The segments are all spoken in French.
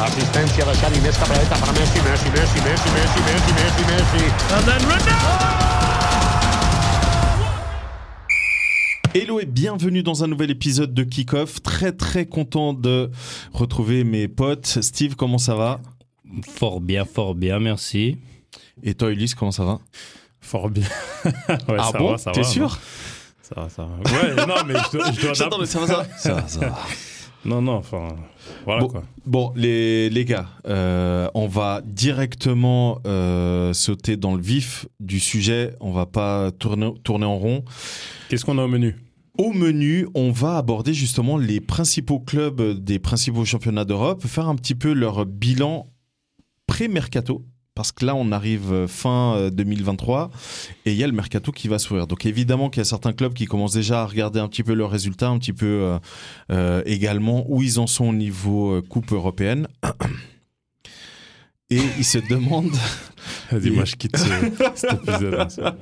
Asistencia de Xavi, més cap a la dreta per Messi, Messi, Messi, Messi, Messi, Messi, Messi, Messi. And then Ronaldo! Hello et bienvenue dans un nouvel épisode de Kickoff. Très très content de retrouver mes potes. Steve, comment ça va Fort bien, fort bien, merci. Et toi, Ulysse, comment ça va Fort bien. ouais, Ah ça bon va, ça T'es va, sûr non Ça va, ça va. Ouais, non, mais je dois, je dois J'attends, mais ça va, ça va Ça va, ça va. Non, non, enfin. Voilà Bon. quoi. Bon, les, les gars, euh, on va directement euh, sauter dans le vif du sujet. On va pas tourner, tourner en rond. Qu'est-ce qu'on a au menu Au menu, on va aborder justement les principaux clubs des principaux championnats d'Europe, faire un petit peu leur bilan pré-mercato. Parce que là, on arrive euh, fin euh, 2023 et il y a le mercato qui va s'ouvrir. Donc évidemment qu'il y a certains clubs qui commencent déjà à regarder un petit peu leurs résultats, un petit peu euh, euh, également où ils en sont au niveau euh, Coupe européenne. Et ils se demandent Vas-y, moi je quitte ce- cet épisode. hein, ça.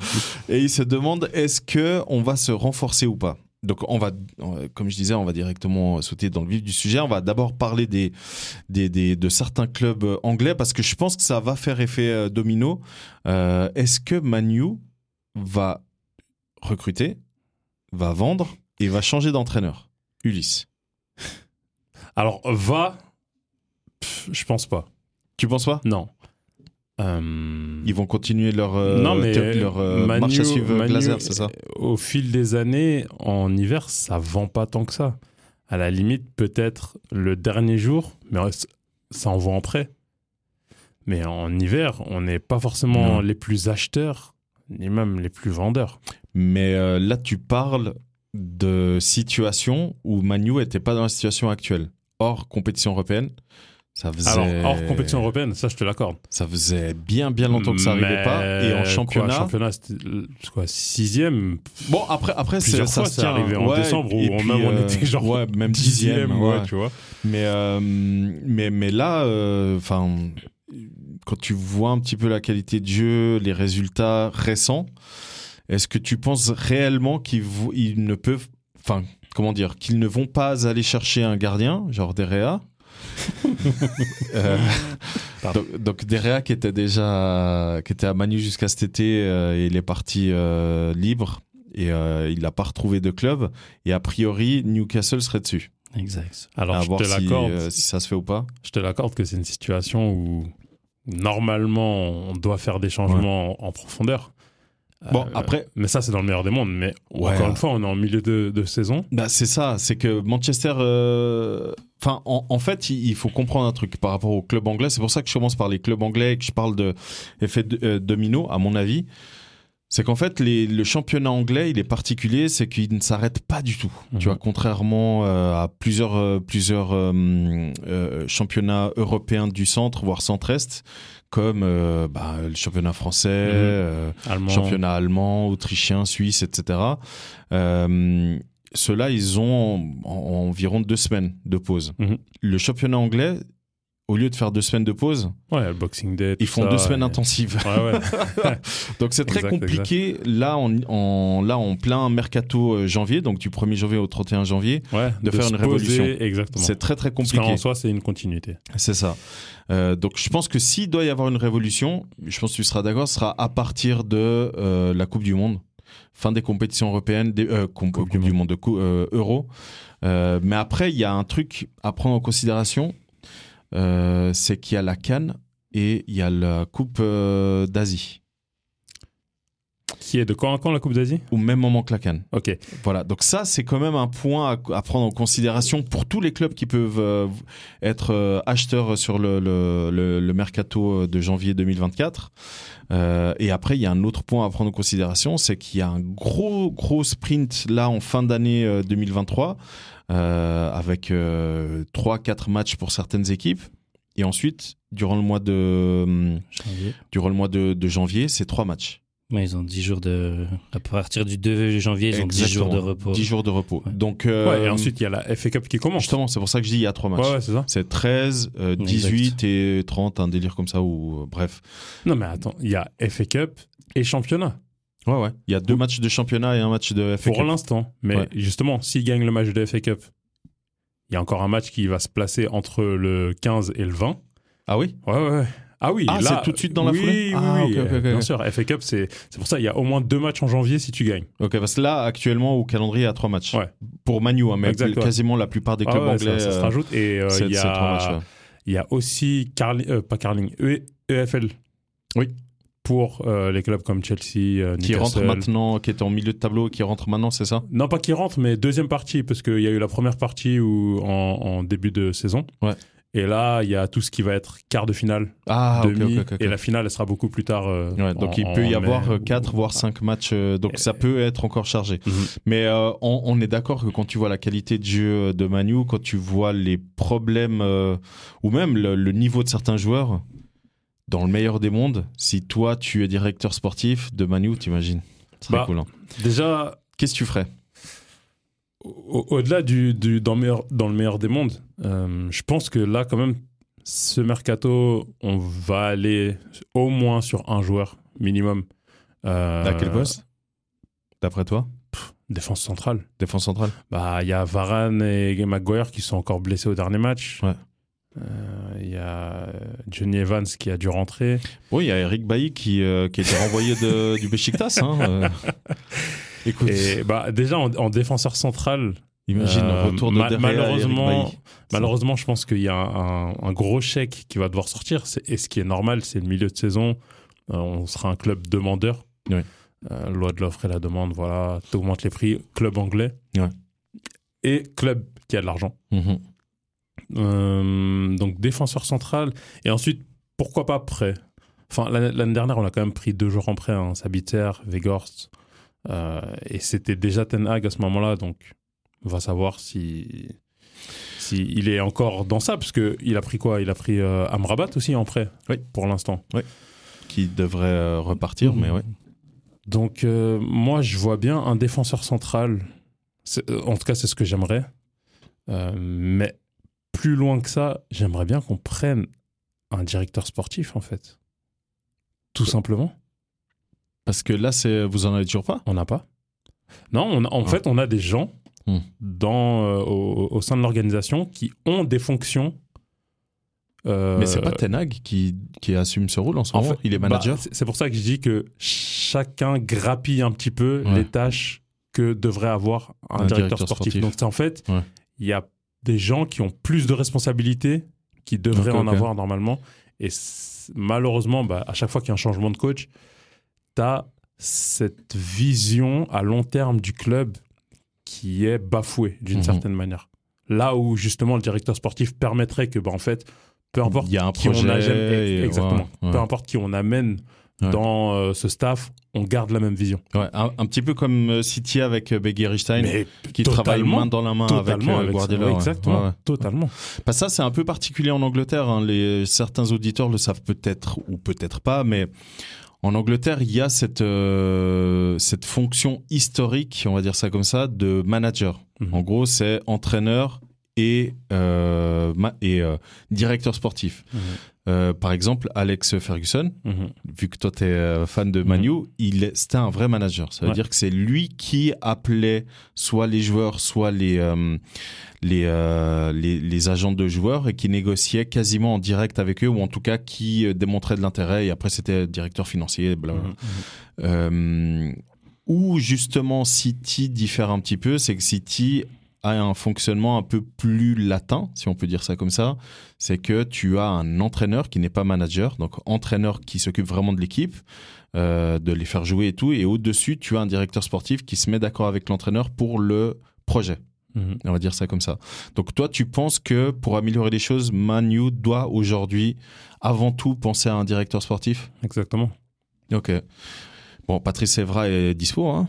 Et il se demande est-ce que on va se renforcer ou pas. Donc on va, on- comme je disais, on va directement sauter dans le vif du sujet. On va d'abord parler des, des, des- de certains clubs euh, anglais parce que je pense que ça va faire effet euh, domino. Euh, est-ce que Manu va recruter, va vendre et va changer d'entraîneur Ulysse, Alors, va. Pff, je pense pas. tu penses pas Non. Euh, Ils vont continuer leur, euh, non, mais cap- leur euh, Manu- marche à suivre euh, Manu, Glazer, c'est ça Au fil des années, en hiver, ça vend pas tant que ça. À la limite, peut-être le dernier jour, mais reste- ça en vend en prêt. Mais en hiver, on n'est pas forcément Non. les plus acheteurs, ni même les plus vendeurs. Mais euh, là, tu parles de situation où Manu n'était pas dans la situation actuelle. Hors compétition européenne, ça faisait, Alors, hors compétition européenne, ça, je te l'accorde. ça faisait bien bien longtemps que ça n'arrivait Mais pas. Et en quoi, championnat, championnat, c'était, euh, quoi, sixième, bon après après c'est- Plusieurs ça fois, se c'est tient. arrivé en décembre où on- même on était genre euh, ouais, même dixième. dixième, ouais, ouais. tu vois. Mais euh, mais mais là, euh, enfin. quand tu vois un petit peu la qualité de jeu, les résultats récents, est-ce que tu penses réellement qu'ils vou- ils ne peuvent, enfin, comment dire, qu'ils ne vont pas aller chercher un gardien, genre Derrea Euh, donc, donc Derrea qui était déjà qui était à Manu jusqu'à cet été, euh, il est parti euh, libre et euh, il n'a pas retrouvé de club et a priori Newcastle serait dessus. Exact. Alors, à je voir te si, l'accorde. euh, si ça se fait ou pas. Je te l'accorde que c'est une situation où normalement on doit faire des changements en, en profondeur. Bon Euh, après Mais ça, c'est dans le meilleur des mondes. Mais Ouais. encore une fois, on est en milieu de, de saison. Bah, c'est ça, c'est que Manchester. euh, Enfin, en, en fait, il, il faut comprendre un truc par rapport aux clubs anglais. C'est pour ça que je commence par les clubs anglais et que je parle de effet de- euh, domino, à mon avis. C'est qu'en fait, les- le championnat anglais, il est particulier, c'est qu'il ne s'arrête pas du tout. Mhm. Tu vois, contrairement euh, à plusieurs, euh, plusieurs euh, hum, euh, championnats européens du centre, voire centre-est, comme euh, bah, le championnat français, Mhm. euh, Allemand. championnat allemand, autrichien, suisse, etc. Euh, Ceux-là, ils ont en- en- environ deux semaines de pause. Mhm. Le championnat anglais, au lieu de faire deux semaines de pause, Ouais, le Boxing Day. ils tout font ça, deux semaines et- intensives. Ouais, ouais. Donc c'est très Exact, compliqué. Là, on, on- là, en plein mercato euh, janvier, donc du 1er janvier au 31 janvier, ouais De faire se une révolution. poser, exactement. c'est très très Parce compliqué. qu'en soi, c'est une continuité. C'est ça. Euh, donc je pense que s'il doit y avoir une révolution, je pense que tu seras d'accord, ce sera à partir de euh, la Coupe du Monde, fin des compétitions européennes, des, euh, com- coupe, du Monde, de cou- euh, Euro. Euh, mais après, il y a un truc à prendre en considération, euh, c'est qu'il y a la Cannes et il y a la Coupe euh, d'Asie, Qui est de quand à quand la Coupe d'Asie au même moment que la Cannes. Ok. Voilà, donc ça c'est quand même un point à, à prendre en considération pour tous les clubs qui peuvent euh, être euh, acheteurs sur le, le- le- le mercato euh, de janvier 2024. Euh, et après, il y a un autre point à prendre en considération, c'est qu'il y a un gros gros sprint là en fin d'année euh, 2023 euh, avec 3-4 matchs pour certaines équipes. Et ensuite, durant le mois de, hum, durant le mois de, de janvier, c'est 3 matchs. Mais ils ont 10 jours de. À partir du 2 janvier, ils ont 10 jours de Exactement. repos. 10 jours de repos. Ouais. Donc, euh, Ouais, et ensuite, il y a la FA Cup qui commence. Justement, c'est pour ça que je dis il y a trois matchs. Ouais, ouais, c'est ça. C'est 13, euh, 18 et 30, un délire comme ça, ou euh, bref. Non, mais attends, il y a FA Cup et championnat. Ouais, ouais. Il y a deux matchs de championnat et un match de FA Pour Cup. l'instant. Mais Ouais. justement, s'il gagne le match de FA Cup, il y a encore un match qui va se placer entre le 15 et le 20. Ah oui Ouais, ouais, ouais. Ah oui, Ah, là- c'est tout de suite dans la oui, foulée Oui, Ah, oui, ok, ok, ok. bien sûr. FA Cup, c'est c'est pour ça, il y a au moins deux matchs en janvier si tu gagnes. Ok, parce que là, actuellement, au calendrier, à trois matchs. Ouais. Pour Manu, hein, mais Exact, ouais. quasiment la plupart des Ah clubs ouais, anglais. ça, ça se euh, rajoute. Et euh, c'est- il y, c'est trois matchs, a- ouais. il y a aussi Carli- euh, pas Carling, E- EFL. Oui. Pour euh, les clubs comme Chelsea, euh, Qui rentre Newcastle. maintenant, qui est en milieu de tableau, qui rentre maintenant, c'est ça Non, pas qui rentre, mais deuxième partie, parce qu'il y a eu la première partie où, en, en début de saison. Ouais. Et là, il y a tout ce qui va être quart de finale, Ah, ok, demi, ok, ok, ok. et la finale, elle sera beaucoup plus tard. euh, Ouais, donc en- il peut y en mai avoir ou- 4 voire 5 matchs, euh, donc ça peut être encore chargé. Mhm. Mais euh, on, on est d'accord que quand tu vois la qualité de jeu euh, de Manu, quand tu vois les problèmes euh, ou même le, le niveau de certains joueurs, dans le meilleur des mondes, si toi tu es directeur sportif de Manu, t'imagines Ce serait Bah. cool. hein. Déjà, Qu'est-ce que tu ferais au- au-delà du, du- dans, le meilleur, dans le meilleur des mondes, euh, je pense que là, quand même, ce mercato, on va aller au moins sur un joueur minimum. Euh, À quel poste D'après toi Défense centrale. Défense centrale Bah, il y a Varane et Maguire qui sont encore blessés au dernier match. Ouais. Euh, Il y a Johnny Evans qui a dû rentrer. Oui, il y a Eric Bailly qui, euh, qui a été renvoyé de- du Beşiktaş. hein, euh. Écoute, Et bah, déjà en, en défenseur central, imagine Euh, le retour de ma- derrière malheureusement, Malheureusement, Malheureusement, je pense qu'il y a un, un- un gros chèque qui va devoir sortir. C'est- Et ce qui est normal, c'est le milieu de saison. Euh, on sera un club demandeur. Oui. Euh, loi de l'offre et la demande, voilà. T'augmentes les prix. Club anglais. Ouais. Et club qui a de l'argent. Mhm. Euh, donc défenseur central. Et ensuite, pourquoi pas prêt Enfin, l'année l'année dernière, on a quand même pris deux joueurs en prêt, hein, Sabitzer, Weghorst. Euh, et c'était déjà Ten Hag à ce moment-là, donc on va savoir si, si il est encore dans ça, parce que il a pris quoi Il a pris euh, Amrabat aussi en prêt, Oui. pour l'instant. qui devrait euh, repartir, mais ouais. Donc euh, moi, je vois bien un défenseur central. C'est- euh, en tout cas, c'est ce que j'aimerais. Euh, mais plus loin que ça, j'aimerais bien qu'on prenne un directeur sportif, en fait. Tout simplement. Parce que là, c'est vous en avez toujours pas On n'a pas. Non, on a- en Ah. fait, on a des gens Hmm. dans, euh, au, au sein de l'organisation qui ont des fonctions. euh, Mais c'est pas Tenag qui, qui assume ce rôle en ce En moment. fait, il est bah, manager. c'est- c'est pour ça que je dis que chacun grappille un petit peu Ouais. les tâches que devrait avoir un, Un directeur, directeur sportif. sportif. Donc c'est en fait, il Ouais. y a des gens qui ont plus de responsabilités qui devraient Ok, en ok. avoir normalement. Et c'est- malheureusement, bah, à chaque fois qu'il y a un changement de coach, tu as cette vision à long terme du club qui est bafouée d'une Mhm. certaine manière. Là où justement le directeur sportif permettrait que, bah, en fait, peu importe il y a un qui projet. on a- j'aime- et- exactement. ouais, Peu ouais. importe qui on amène Ouais. dans euh, ce staff, on garde la même vision. Ouais, un, un petit peu comme euh, City avec euh, Begiristain, Mais qui totalement, travaille main dans la main avec, totalement euh, avec ça. Guardiola. Oui, ouais. exactement, Ouais, ouais. totalement. Bah, ça, c'est un peu particulier en Angleterre. hein. Les, certains auditeurs le savent peut-être ou peut-être pas, mais en Angleterre, il y a cette, euh, cette fonction historique, on va dire ça comme ça, de manager. Mhm. En gros, c'est entraîneur et, euh, ma- et euh, directeur sportif. Mhm. Euh, par exemple, Alex Ferguson, Mhm. vu que toi tu es fan de Manu, il est- c'était un vrai manager. Ça veut Ouais. dire que c'est lui qui appelait soit les joueurs, soit les, euh, les, euh, les, les agents de joueurs et qui négociait quasiment en direct avec eux ou en tout cas qui euh, démontrait de l'intérêt et après c'était directeur financier, blablabla. Mhm. Euh, où justement City diffère un petit peu, c'est que City a un fonctionnement un peu plus latin, si on peut dire ça comme ça. C'est que tu as un entraîneur qui n'est pas manager, donc entraîneur qui s'occupe vraiment de l'équipe, euh, de les faire jouer et tout. Et au-dessus, tu as un directeur sportif qui se met d'accord avec l'entraîneur pour le projet. Mhm. On va dire ça comme ça. Donc toi, tu penses que pour améliorer les choses, Manu doit aujourd'hui avant tout penser à un directeur sportif Exactement. Ok. Bon, Patrice Evra est dispo, hein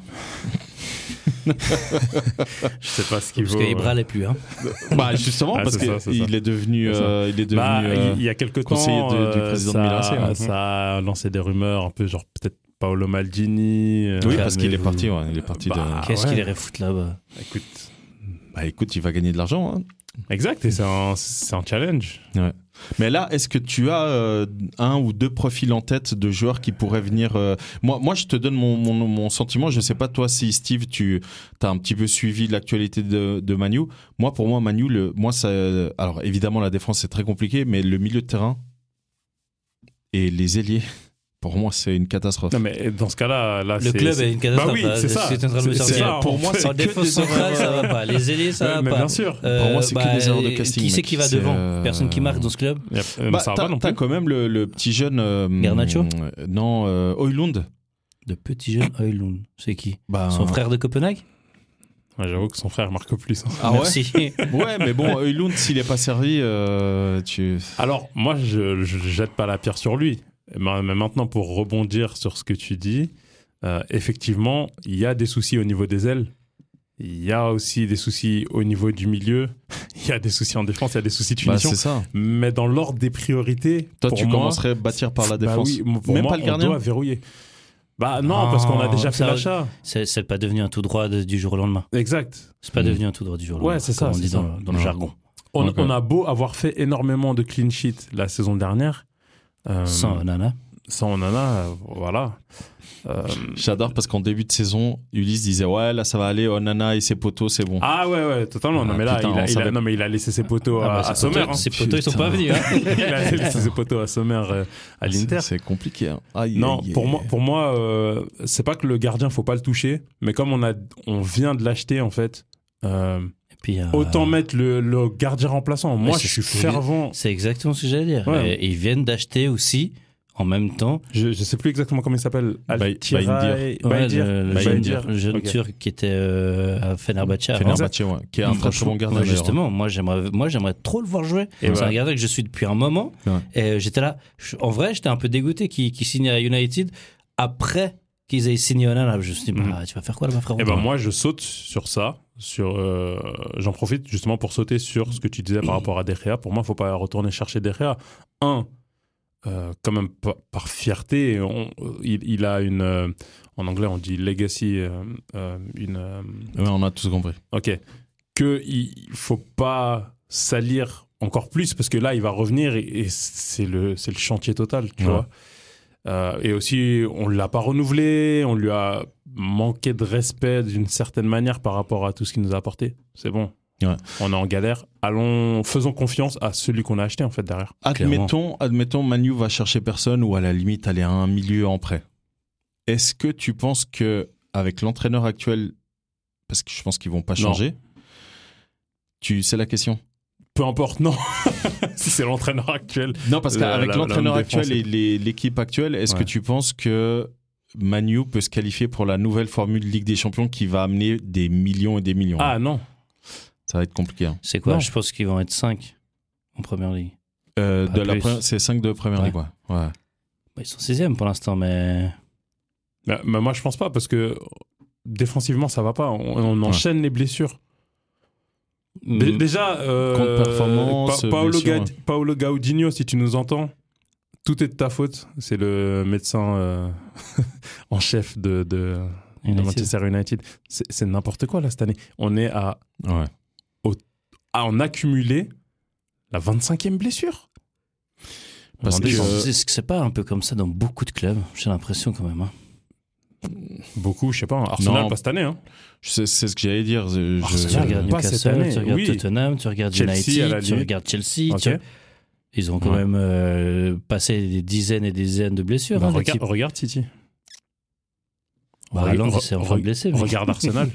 Je sais pas ce qu'il Parce vaut. que euh, Ibra l'est plus. Hein. Bah justement, Ah, parce c'est ça, c'est qu'il ça. est devenu, C'est ça. euh, il est devenu. bah, euh, il y a quelques conseiller temps, de- du euh, président de ça, Milan AC, ouais. ça a lancé des rumeurs un peu genre peut-être Paolo Maldini. euh, Oui, parce qu'il est calmez-vous. parti. ouais, il est parti. Bah, Qu'est-ce ouais. qu'il irait foutre là-bas Écoute, de... bah écoute, il va gagner de l'argent. hein. exact. Et c'est un, c'est un challenge. Mais là, est-ce que tu as euh, un ou deux profils en tête de joueurs qui pourraient venir euh, Moi, moi, je te donne mon, mon, mon sentiment. Je sais pas toi si Steve, tu as un petit peu suivi l'actualité de, de Manu. euh, Moi, pour moi, Manu, le, moi, ça, alors évidemment, la défense c'est très compliqué, mais le milieu de terrain, Et les ailiers, pour moi, c'est une catastrophe. Non, mais dans ce cas-là, là, Le c'est- club c'est- est une catastrophe. hein. Bah oui, là. c'est ça. en train de me C'est- c'est sortir. ça, en pour moi, fait. c'est En que défense des erreurs, centrale, ça va pas. Les ailiers, ça Ouais, va mais pas. bien sûr. Euh, Pour moi, c'est que bah, des erreurs de casting, Qui c'est mec. qui va C'est, devant euh, Personne qui marque dans ce club Y a- euh, Bah, ça va t'as, pas non t'as plus. quand même le, le petit jeune. euh, Garnacho euh, Non, euh, Højlund. De petit jeune Højlund. C'est qui Ah. Bah, Son frère de Copenhague Ouais, J'avoue que son frère marque plus. hein. Ah ouais Merci. Ouais, mais bon, Højlund, s'il est pas servi, euh, tu. Alors, moi, je, je jette pas la pierre sur lui. Ma- Mais maintenant, pour rebondir sur ce que tu dis, euh, effectivement, il y a des soucis au niveau des ailes. Il y a aussi des soucis au niveau du milieu. Il y a des soucis en défense, il y a des soucis de Bah, finition. c'est ça. mais dans l'ordre des priorités, Toi, pour tu moi, commencerais à bâtir par la bah défense. oui, pour Même moi, pas le gardien On doit verrouiller. Bah non, parce Ah, qu'on a déjà fait ça- l'achat. c'est c'est pas devenu un tout droit de- du jour au lendemain. Exact. C'est pas Mm. devenu un tout droit du jour au Hmm. Ouais, lendemain. c'est ça, comme On c'est dit ça. dans le- dans le Ouais. jargon. On, Ok. on a beau avoir fait énormément de clean sheet la saison dernière. euh, Sans Nana. Ah sans Onana, euh, voilà. Euh, J'adore parce qu'en début de saison, Ulysse disait Ouais, là, ça va aller, Onana et ses poteaux, c'est bon. Ah ouais, ouais, totalement. non, Ah, mais là, putain, il a, on il a- savait- non, mais il a laissé ses poteaux bah, à, à Sommer. hein. Ces poteaux, ils sont Ah, pas Putain. venus. hein. il a laissé ses poteaux à Sommer euh, à l'Inter. C'est- C'est compliqué. hein. Aïe, Non, aïe, pour aïe. moi, pour moi euh, c'est pas que le gardien, faut pas le toucher. Mais comme on, a, on vient de l'acheter, en fait, euh, Et puis, euh, autant mettre le, le gardien remplaçant. Ouais, Moi, c'est je suis ce que je voulais- fervent. C'est exactement ce que j'allais dire. Ouais. Et- et ils viennent d'acheter aussi, en même temps, Je, je sais plus exactement comment il s'appelle. Al- Bay- Tirai- Bayindir. Bah, Ouais, Bayindir. le, Bah, le jeune, Bayindir. le jeune Ok. turc qui était euh, à Fenerbahçe. avant. Fenerbahçe, ouais, qui est un très très Franchement, bon gardien. ouais, d'ailleurs. hein. justement, moi j'aimerais, moi j'aimerais trop le voir jouer. Et C'est voilà. un gardien que je suis depuis un moment. Ouais. Et euh, j'étais là, je- en vrai, j'étais un peu dégoûté qu'il qu'il signe à United après qu'ils aient signé Onana. Je me suis dit, bah, Mm. Mhm. tu vas faire quoi là, bas frérot Eh ben moi, je saute sur ça. Sur, euh, j'en profite justement pour sauter sur ce que tu disais par rapport à Derrea. Pour moi, faut pas retourner chercher Derrea. Un, euh, quand même pa- par fierté, on- il, il a une, euh, en anglais, on dit legacy, euh, euh, une. euh, Ouais, on a tous compris. ok, que il faut pas salir encore plus parce que là, il va revenir et, et c'est le, c'est le chantier total, tu Ouais. vois. Euh, et aussi, on l'a pas renouvelé, on lui a manqué de respect d'une certaine manière par rapport à tout ce qu'il nous a apporté. C'est bon. Ouais. On est en galère. Allons, faisons confiance à celui qu'on a acheté en fait derrière. Ah, Admettons, admettons, Manu va chercher personne ou à la limite aller à un milieu en prêt. Est-ce que tu penses que avec l'entraîneur actuel, parce que je pense qu'ils vont pas Non. changer, tu c'est la question. Peu importe, non. si c'est l'entraîneur actuel. Non, parce Le- qu'avec la- l'entraîneur la défense, actuel et les- l'équipe actuelle, est-ce Ouais. que tu penses que Manu peut se qualifier pour la nouvelle formule Ligue des Champions qui va amener des millions et des millions Ah non. Ça va être compliqué. hein. C'est quoi Non. Je pense qu'ils vont être 5 en première ligue. Euh, Pas de la plus. première- c'est 5 de première Ouais. ligue, ouais. Ouais. Bah, ils sont 6 pour l'instant, mais. Bah, bah, moi, je pense pas parce que défensivement, ça va pas. On, on Ouais. enchaîne les blessures. Dé- Déjà, euh, Contre-performance, Pa- Paolo, blessure, Gaud- Paolo Gaudinho, si tu nous entends, tout est de ta faute. C'est le médecin euh, en chef de, de- de United. Manchester United. C'est c'est n'importe quoi là cette année. On est à, Ouais. à en accumuler la 25e blessure. Parce On en que- descend. euh, C'est- Est-ce que c'est pas un peu comme ça dans beaucoup de clubs J'ai l'impression quand même. hein. beaucoup, je sais pas, Arsenal Non. pas cette année. hein. Je sais- C'est ce que j'allais dire. je- Arsenal, Tu Euh, regardes pas cette Newcastle, année, tu regardes oui. Tottenham, tu regardes Chelsea, à la United, tu limite. regardes Chelsea. Ok. tu- Ils ont quand Ouais. même euh, passé des dizaines et des dizaines de blessures. Bah, hein, regarde, l'équipe. regarde City. Bah, Re- Haaland, re- il s'est enfin re- blessé. mais- Regarde Arsenal.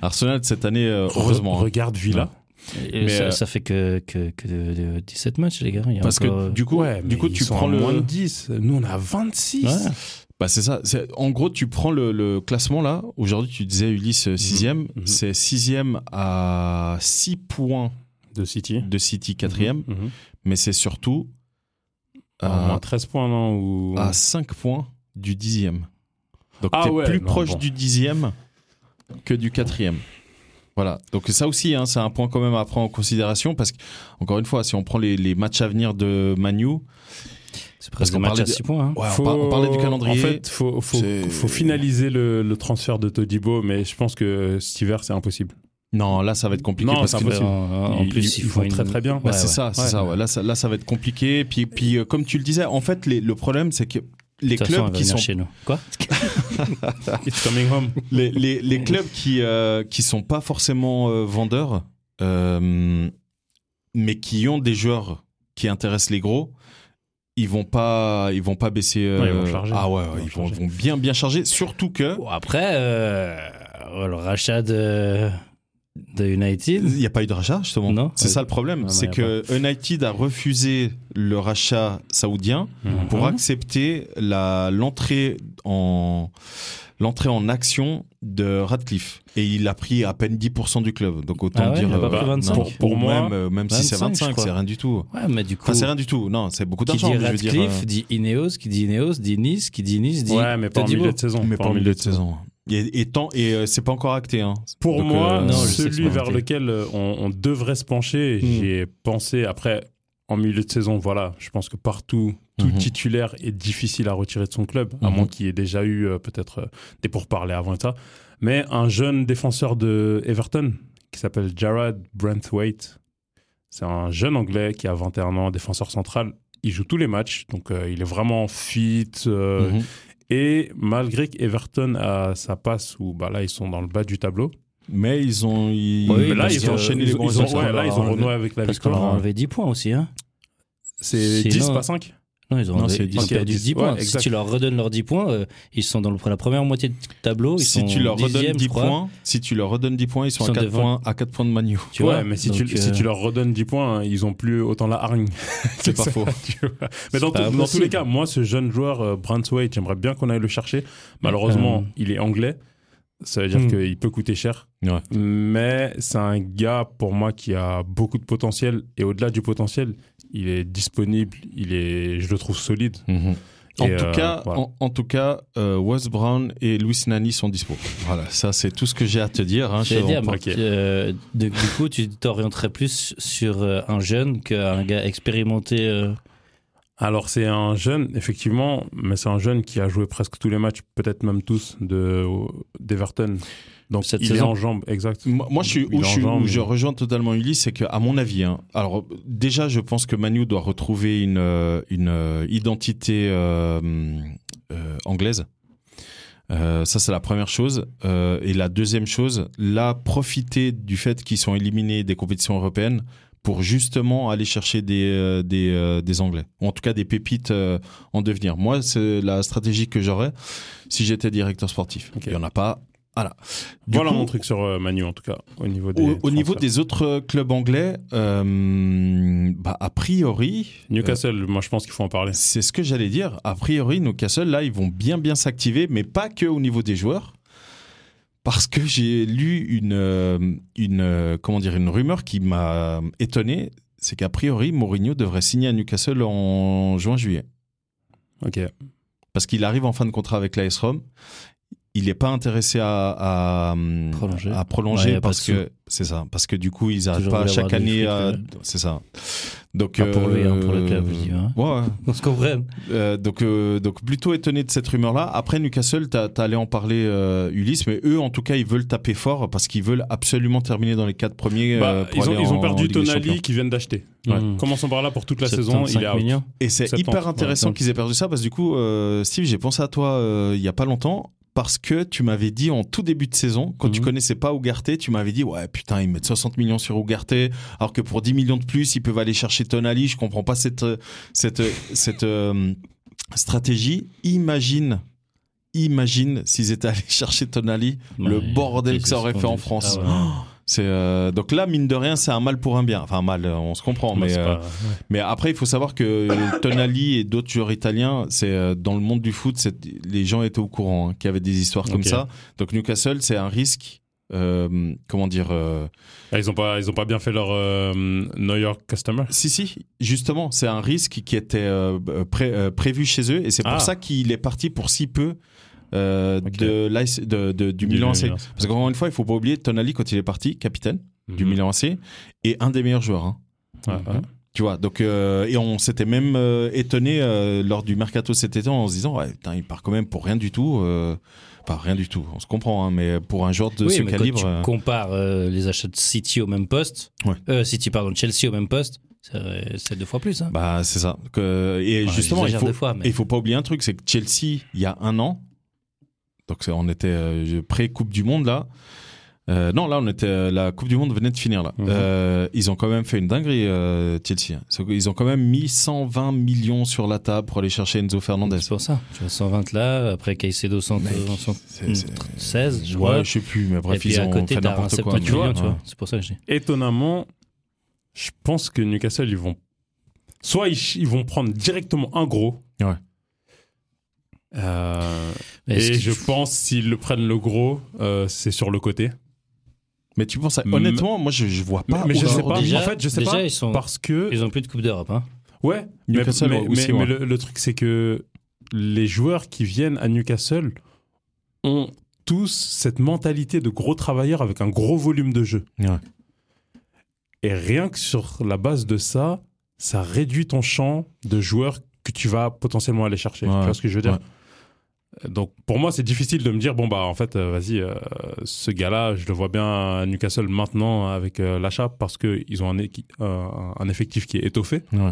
Arsenal cette année, euh, Re- heureusement. hein. Regarde Villa. Et Mais, ça, euh, ça fait que, que, que de- de 17 matchs, les gars. Il y a Parce encore, que euh, du coup, Ouais, du mais coup ils tu sont à prends le. moins de 10. Nous, on a 26. Ouais. Bah, c'est ça. C'est- En gros, tu prends le, le classement là. Aujourd'hui, tu disais Ulysse 6ème. Mhm. C'est 6ème à 6 points De City. de City 4ème. Mhm. Mhm. Mais c'est surtout À moins à, 13 points, non ou... à 5 points du 10ème. Donc, Ah tu es ouais, plus non, proche bon. du 10ème que du 4ème. Voilà. Donc, ça aussi, hein, c'est un point quand même à prendre en considération parce que, encore une fois, si on prend les, les matchs à venir de Manu, c'est presque qu'on un match parlait à de- 6 points. hein. ouais, on Faut- par- on, parlait du calendrier. En fait, faut, faut, C'est- faut finaliser le, le transfert de Todibo, mais je pense que cet hiver, c'est impossible. Non, là, ça va être compliqué. Non, parce c'est que- impossible. En, en Ils- plus, ils il font faut très, très bien. Bah, Ouais, c'est ouais. ça, c'est Ouais, ça, ouais. ouais. Là, ça. Là, ça va être compliqué. Puis, puis euh, comme tu le disais, en fait, les- le problème, c'est que les De toute façon, clubs elle va qui venir sont chez nous. Quoi It's coming home. les, les- les clubs qui euh, qui sont pas forcément euh, vendeurs, euh, mais qui ont des joueurs qui intéressent les gros, ils vont pas, ils vont pas baisser. Non, ils vont euh, charger. Ah ouais, ouais, Ils vont ils, vont, charger. vont bien bien charger. Surtout que Bon, après, euh, le rachat de, de United. il n'y a pas eu de rachat justement. Non. C'est Ouais. ça le problème, Non, non, c'est y a que United a refusé le rachat saoudien pour Mhm. accepter la l'entrée en l'entrée en action de Radcliffe et il a pris à peine 10% du club. Donc autant Ah ouais, dire il a pas euh, pris non, 25? pour, pour Pour moi moi, même, euh, même si c'est 25, je 25, c'est crois. rien du tout. Ouais, mais du coup, Enfin, c'est rien du tout. Non, c'est beaucoup qui d'argent, dit mais je veux dire. Radcliffe euh, dit Ineos, qui dit Ineos dit Nice, qui dit Nice dit. Ouais, mais pas en Todibo. milieu de saison. Mais pas pas en au milieu de saison. Et, et, tant- et euh, c'est pas encore acté. Hein. Pour Donc, moi, euh, non, je sais que c'est celui pas vers arrêté. lequel euh, on, on devrait se pencher, et Hmm. j'y ai pensé après, en milieu de saison, voilà, je pense que partout, tout Mhm. titulaire est difficile à retirer de son club, à Mhm. moins qu'il y ait déjà eu euh, peut-être euh, des pourparlers avant ça. Mais un jeune défenseur de Everton qui s'appelle Jared Brentwaite, c'est un jeune anglais qui a 21 ans, défenseur central. Il joue tous les matchs, donc euh, il est vraiment fit, euh, mhm. et malgré qu'Everton a sa passe où bah là ils sont dans le bas du tableau. Mais ils ont. Ils, Oui, Mais là parce ils que ont enchaîné ils les ont- bons ils ont- résultats. ouais, là, ils ont renoué avec la Parce qu'on leur a victoire. enlevé 10 points aussi. Hein. C'est Sinon- 10 pas 5 Non, ils ont, Non, enlevé- c'est ils 10, ont ok, perdu 10, 10 points. ouais, si exact. tu leur redonnes leurs 10 points, euh, ils sont dans le- la première moitié de tableau. Ils si sont tu leur redonnes 10e, 10 je crois. points, si tu leur redonnes 10 points, ils sont, Ils sont à, 4 devant. points, à 4 points de Manu. Tu ouais, vois, mais si, donc, tu, si euh, tu leur redonnes 10 points, hein, ils ont plus autant la hargne. C'est pas faux. Tu vois. Mais dans, pas tout- dans tous impossible. les cas, moi, ce jeune joueur, euh, Brantwaite, j'aimerais bien qu'on aille le chercher. Malheureusement, Euh. il est anglais. Ça veut dire Hmm. qu'il peut coûter cher. Ouais. Mais c'est un gars, pour moi, qui a beaucoup de potentiel. Et au-delà du potentiel, il est disponible. Il est, je le trouve solide. Mhm. En, Et, tout euh, cas, voilà. en, en tout cas, euh, Wes Brown et Luis Nani sont dispo. Voilà, ça c'est tout ce que j'ai à te dire. hein, J'allais Jérôme. dire, mais, ok. euh, de- du coup, tu t'orienterais plus sur euh, un jeune qu'un gars expérimenté. euh, Alors c'est un jeune, effectivement, mais c'est un jeune qui a joué presque tous les matchs, peut-être même tous, de d'Everton. Donc Cette il est saison. en jambes, exact. Moi, moi, je suis, Il est où, je, en suis- jambes, où je mais- rejoins totalement Ulysse, c'est qu'à mon avis, hein, alors déjà, je pense que Manu doit retrouver une, euh, une euh, identité euh, hum, euh, anglaise. Euh, ça, c'est la première chose. Euh, et la deuxième chose, là, profiter du fait qu'ils sont éliminés des compétitions européennes pour justement aller chercher des, euh, des, euh, des Anglais, ou en tout cas des pépites euh, en devenir. Moi, c'est la stratégie que j'aurais si j'étais directeur sportif. Ok. Il n'y en a pas. Voilà. Du voilà coup, mon truc sur euh, Manu en tout cas, au niveau des. au, au niveau transferts. des autres clubs anglais, euh, bah, a priori, Euh, Newcastle, moi je pense qu'il faut en parler. c'est ce que j'allais dire. A priori, Newcastle, là, ils vont bien bien s'activer, mais pas que au niveau des joueurs. Parce que j'ai lu une, euh, une, euh, comment dire, une rumeur qui m'a étonné, c'est qu'a priori, Mourinho devrait signer à Newcastle en juin-juillet. Ok. Parce qu'il arrive en fin de contrat avec l'AS Rome. Il n'est pas intéressé à, à, hum, Prolonger. à prolonger Ouais, y a pas parce de sous. que c'est ça. Parce que du coup, ils n'arrivent Toujours pas voulu chaque avoir du année fric, à. ouais. C'est ça. Donc, Pas pour lui, hein, pour le euh, club, je dis, hein. Ouais, ouais. On se comprenne. Euh, donc, euh, donc plutôt étonné de cette rumeur-là. Après Newcastle, t'as t'as allé en parler euh, Ulysse, mais eux en tout cas ils veulent taper fort parce qu'ils veulent absolument terminer dans les quatre premiers. euh, Bah, pour ils, ont, aller ils en- ont en perdu Ligue des Tonali Champions. Mm. qui viennent d'acheter. Ouais. Ouais. Commençons par là pour toute la saison, 75 il est out. millions. Et c'est 70, hyper intéressant ouais. qu'ils aient perdu ça parce que du coup, euh, Steve, j'ai pensé à toi euh, il y a pas longtemps. Parce que tu m'avais dit en tout début de saison, quand tu Mhm. connaissais pas Ougarté, tu m'avais dit ouais putain ils mettent 60 millions sur Ougarté, alors que pour 10 millions de plus ils peuvent aller chercher Tonali. Je comprends pas cette euh, cette euh, cette euh, stratégie. Imagine, imagine s'ils étaient allés chercher Tonali, le Ouais, bordel ils que ça aurait fait en suspendus. France. Ah ouais. C'est euh, donc là mine de rien c'est un mal pour un bien. Enfin mal, euh, on se comprend, Bah, mais c'est euh, pas- mais après, il faut savoir que Tonali et d'autres joueurs italiens, c'est euh, dans le monde du foot, c'est- les gens étaient au courant hein, qu'il y avait des histoires comme Ok. ça. Donc Newcastle, c'est un risque. euh, comment dire euh, Ah, Ils ont pas, ils ont pas bien fait leur euh, New York customer. Si, si, justement, c'est un risque qui était euh, pré- euh, prévu chez eux et c'est pour Ah. ça qu'il est parti pour si peu euh, Ok. de l'AS de- de- du Milan AC. Parce qu'encore une fois, il faut pas oublier Tonali quand il est parti, capitaine du Mhm. Milan AC, et un des meilleurs joueurs. hein. Mm. Ouais, ouais. Tu vois, donc, euh, et on s'était même euh, étonné euh, lors du mercato cet été en se disant, ouais, putain, il part quand même pour rien du tout. euh, Enfin, rien du tout, on se comprend, hein, mais pour un joueur de oui, ce mais calibre. quand euh, tu compares euh, les achats de City au même poste, Ouais. euh, City, pardon, Chelsea au même poste, c'est, euh, c'est deux fois plus. Hein. Bah, c'est ça. Que- et Enfin, justement, il j'exagère faut, deux fois, mais- et il faut pas oublier un truc, c'est que Chelsea, il y a un an, donc c'est- on était euh, pré-Coupe du Monde là, Euh, non, là, on était, la Coupe du Monde venait de finir. Là. Mhm. Euh, ils ont quand même fait une dinguerie, euh, Chelsea. hein. C'est- Ils ont quand même mis 120 millions sur la table pour aller chercher Enzo Fernandez. C'est pour ça. Tu as 120 là, après Caicedo 100, Mec, 100, c'est- c'est- 16, je Ouais, crois. je sais plus, mais et bref, puis ils à ont côté, fait t'as un n'importe quoi. 70 millions, mais- tu vois. C'est pour ça que je dis. étonnamment, je pense que Newcastle, ils vont. Soit ils, ch- ils vont prendre directement un gros. Ouais. Euh, et Est-ce que- je pense s'ils le prennent le gros, euh, c'est sur le côté. Mais tu penses, à- Mais- honnêtement, moi, je, je vois pas. mais je où- sais pas. Déjà, en fait, je sais déjà, pas. Ils, sont, Parce que. ils ont plus de Coupe d'Europe. Hein. Ouais, mais, Newcastle mais- aussi, mais- ouais. mais le, le truc, c'est que les joueurs qui viennent à Newcastle ont tous cette mentalité de gros travailleurs avec un gros volume de jeu. Ouais. Et rien que sur la base de ça, ça réduit ton champ de joueurs que tu vas potentiellement aller chercher. Ouais, Tu vois ce que je veux dire Euh, Donc pour moi, c'est difficile de me dire bon bah en fait, euh, vas-y, euh, ce gars-là, je le vois bien à Newcastle maintenant avec euh, l'achat parce que ils ont un, équi- euh, un effectif qui est étoffé. Ouais.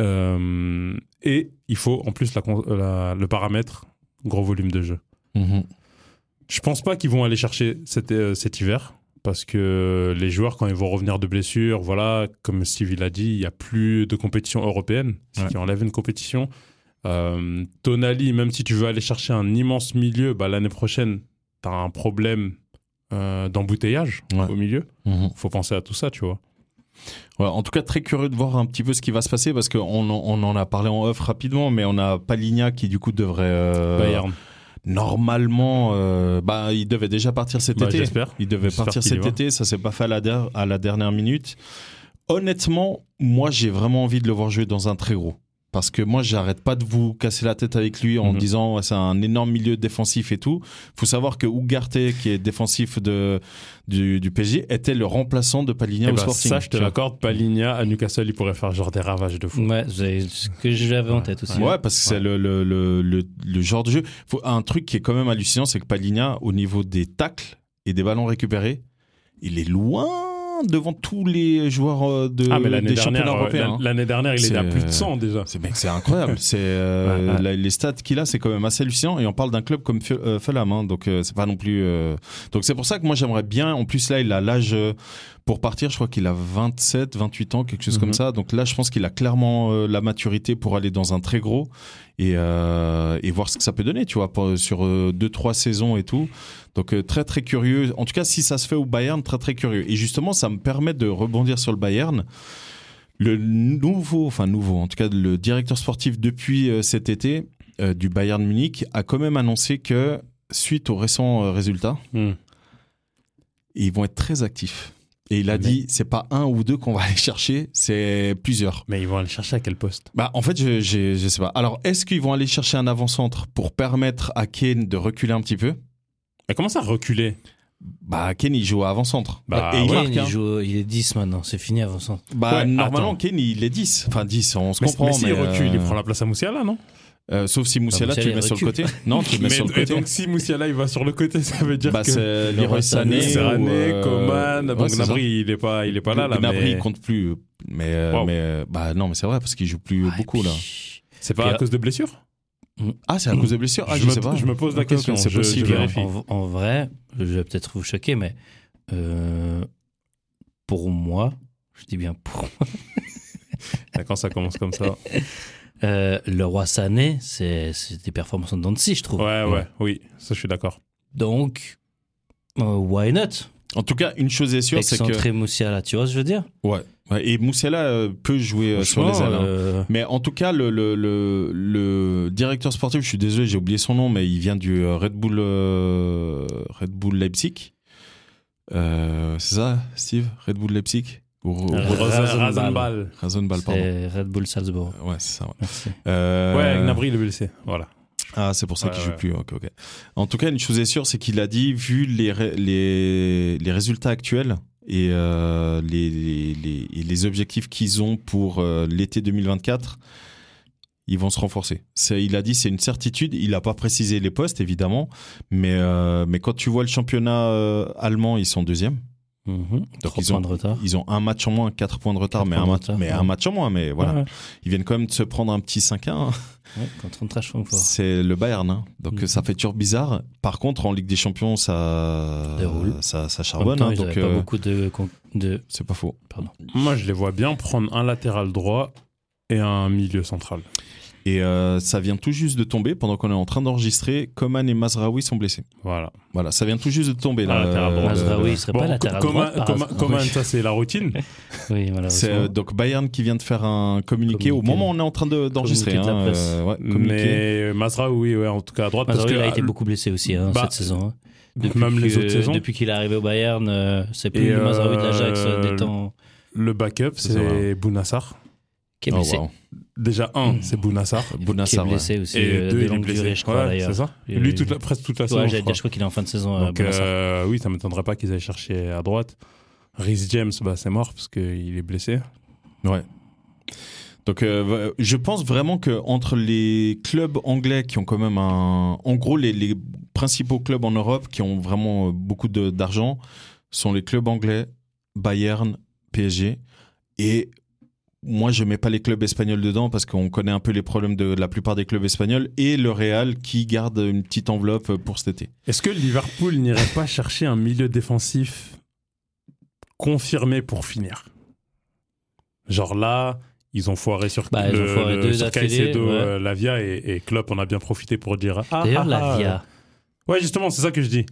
Euh, et il faut en plus la con- la- le paramètre gros volume de jeu. Mhm. Je pense pas qu'ils vont aller chercher cet, euh, cet hiver parce que les joueurs, quand ils vont revenir de blessure, voilà, comme Stevie l'a dit, il n'y a plus de compétition européenne, ce Ouais. qui enlève une compétition. Euh, Tonali, même si tu veux aller chercher un immense milieu, bah, l'année prochaine, tu as un problème euh, d'embouteillage Ouais. au milieu. Mhm. faut penser à tout ça, tu vois. Ouais, en tout cas, très curieux de voir un petit peu ce qui va se passer parce qu'on en- on en a parlé en off rapidement, mais on a Paligna qui du coup devrait euh, Bayern, normalement, euh, bah, il devait déjà partir cet Bah, été. j'espère. Il devait J'espère partir qu'il y cet va. été, ça s'est pas fait à la, der- à la dernière minute. Honnêtement, moi j'ai vraiment envie de le voir jouer dans un très gros. Parce que moi, j'arrête pas de vous casser la tête avec lui en Mhm. disant ouais, c'est un énorme milieu défensif et tout. Faut savoir que Ugarte, qui est défensif de, du, du PSG, était le remplaçant de Paligna Eh au ben, Sporting. ça, je te Tu vois. l'accorde. Paligna à Newcastle, il pourrait faire genre des ravages de Euh, fou. Ouais, c'est ce que j'avais en tête aussi. Ouais, parce que c'est Ouais. le, le, le, le, le genre de jeu. Faut, un truc qui est quand même hallucinant, c'est que Paligna, au niveau des tacles et des ballons récupérés, il est loin devant tous les joueurs euh, de, Ah, mais l'année des dernière, championnats euh, européens. hein. l'année dernière, il était à C'est- euh, plus de 100 déjà. C'est mec, c'est incroyable. c'est euh, Ouais, ouais. la- les stats qu'il a, c'est quand même assez hallucinant. Et on parle d'un club comme Feu- euh, Fulham, hein, donc euh, c'est pas non plus. euh, Donc c'est pour ça que moi j'aimerais bien. En plus là, il a l'âge euh, pour partir. Je crois qu'il a 27, 28 ans, quelque chose comme Mhm. ça. Donc là, je pense qu'il a clairement euh, la maturité pour aller dans un très gros et, euh, et voir ce que ça peut donner. Tu vois, pour- sur euh, deux, trois saisons et tout. Donc euh, très très curieux. En tout cas, si ça se fait au Bayern, très très curieux. Et justement, ça me permet de rebondir sur le Bayern. Le nouveau, enfin nouveau, en tout cas le directeur sportif depuis euh, cet été euh, du Bayern Munich a quand même annoncé que suite aux récents euh, résultats, Hmm. ils vont être très actifs. Et il a Mais- dit, c'est pas un ou deux qu'on va aller chercher, c'est plusieurs. Mais ils vont aller chercher à quel poste Bah, en fait, je, je, je sais pas. Alors, est-ce qu'ils vont aller chercher un avant-centre pour permettre à Kane de reculer un petit peu Mais comment ça reculer Bah, Kane, il joue à avant-centre. Bah, Et il Kane, marque, Ah il, hein. joue- il est 10 maintenant, c'est fini avant ça. Bah, Ouais, normalement, attends. Kane, il est 10. Enfin, 10, on se mais, comprend. mais s'il recule, il euh, prend la place à Moussiala, non euh, sauf si Moussiala, tu le Moussiala, mets Bah, il sur le recule. côté. Non, tu le mets sur le Et côté. donc si Moussiala, il va sur le côté, ça veut dire Bah, que... c'est Leroy Leroy Sané, Sané, ou, Sané, euh, Coman, ouais, bon, c'est ça. Gnabry, il est pas, il est pas là, là, Gnabry mais il compte plus, mais euh, Wow. mais euh, bah non, mais c'est vrai parce qu'il joue plus Ah, beaucoup là. c'est pas à Et- cause de blessure Ah, c'est à cause des blessures. Ah, je, me, sais pas. je me pose la Ok, question, ok, c'est je- je possible. hein. vérifie. En, en vrai, je vais peut-être vous choquer, mais euh, pour moi, je dis bien pour moi, Quand ça commence comme ça. euh, le roi Sané, c'est c'est des performances en dents de scie, je trouve. Ouais, ouais, oui, ça je suis d'accord. Donc, euh, why not En tout cas, une chose est sûre, c'est que Excentré Moussiala, tu vois ce que je veux dire ouais. Ouais, Et Moussela peut jouer euh, sur les Franchement, ailes. hein. euh, Mais en tout cas, le, le, le, le directeur sportif, je suis désolé, j'ai oublié son nom, mais il vient du euh, Red Bull, euh, Red Bull Leipzig. Euh, c'est ça, Steve Red Bull Leipzig Ou- ou- Euh, Ra- Rasenball. Rasenball. Rasenball, pardon. Ah. c'est Red Bull Salzbourg. Ouais, c'est ça. ouais. Merci. Euh, Ouais, Gnabry, il est blessé, voilà. Ah, c'est pour ça Ouais, qu'il joue ouais. plus. ok, ok. En tout cas, une chose est sûre, c'est qu'il a dit, vu les, ré- les, les résultats actuels et euh, les, les, les- et les objectifs qu'ils ont pour euh, l'été 2024, ils vont se renforcer. C'est, il a dit, c'est une certitude. Il n'a pas précisé les postes, évidemment. Mais, euh, mais quand tu vois le championnat euh, allemand, ils sont deuxième. Mhm. Trois ils ont- points de retard. Ils ont un match en moins, quatre points de retard, Quatre mais, points un, de ma- retard, mais ouais. un match en moins. Mais voilà, Ouais, ouais. ils viennent quand même de se prendre un hein. petit 5-1. Ouais, contre Eintracht Francfort. C'est le Bayern, hein. donc Mhm. ça fait toujours bizarre. Par contre, en Ligue des Champions, ça Déroule. ça, ça En même charbonne. temps, hein, ils donc avaient pas euh, beaucoup de, con- de- c'est pas faux. Pardon. Moi, je les vois bien prendre un latéral droit et un milieu central. Et euh, ça vient tout juste de tomber pendant qu'on est en train d'enregistrer. Coman et Mazraoui sont blessés. Voilà. Voilà, ça vient tout juste de tomber là. euh, Ah, latéral droit. Mazraoui, il serait pas latéral Coman- droit, par Coman- hasard. Coman, Ah, Oui. ça, c'est la routine. Oui, malheureusement. C'est euh, donc Bayern qui vient de faire un communiqué, au Communiqué. moment où on est en train de- d'enregistrer. Communiqué de la hein, presse. euh, ouais, communiqué. mais Mazra, oui, ouais, en tout cas à droite. Mazraoui, parce que il a euh, été beaucoup blessé aussi hein, Bah, cette saison. hein. même les que- autres saisons. Depuis qu'il est arrivé au Bayern, euh, c'est plus Et, le Mazraoui de l'Ajax euh, euh, des temps. Le backup, C'est c'est vrai. Bounassar. Qui est Oh, blessé. wow. Déjà, un, c'est Bounassar. Qui Bounassar, est ouais. blessé aussi. Et Hmm. euh, deux, de il est longue durée, blessé. je crois Ouais, d'ailleurs. c'est ça Et- Lui, toute la, presque toute la saison. Ouais, je j'allais crois. dire, je crois qu'il est en fin de saison. euh, Donc, Bonassar. euh, oui, ça m'étonnerait pas qu'ils aillent chercher à droite. Rhys James, bah, c'est mort parce qu'il est blessé. Ouais. Donc, euh, v- je pense vraiment que entre les clubs anglais qui ont quand même un, en gros, les, les principaux clubs en Europe qui ont vraiment euh, beaucoup de- d'argent sont les clubs anglais, Bayern, PSG. Et moi, je mets pas les clubs espagnols dedans parce qu'on connaît un peu les problèmes de la plupart des clubs espagnols et le Real qui garde une petite enveloppe pour cet été. Est-ce que Liverpool n'irait pas chercher un milieu défensif confirmé pour finir Genre là, ils ont foiré sur Bah, ils ont foiré deux sur d'affilée, Caicedo, ouais. euh, Lavia et, et Klopp on a bien profité pour dire ah, D'ailleurs, ah, ah, Lavia. euh. Ouais, justement, c'est ça que je dis.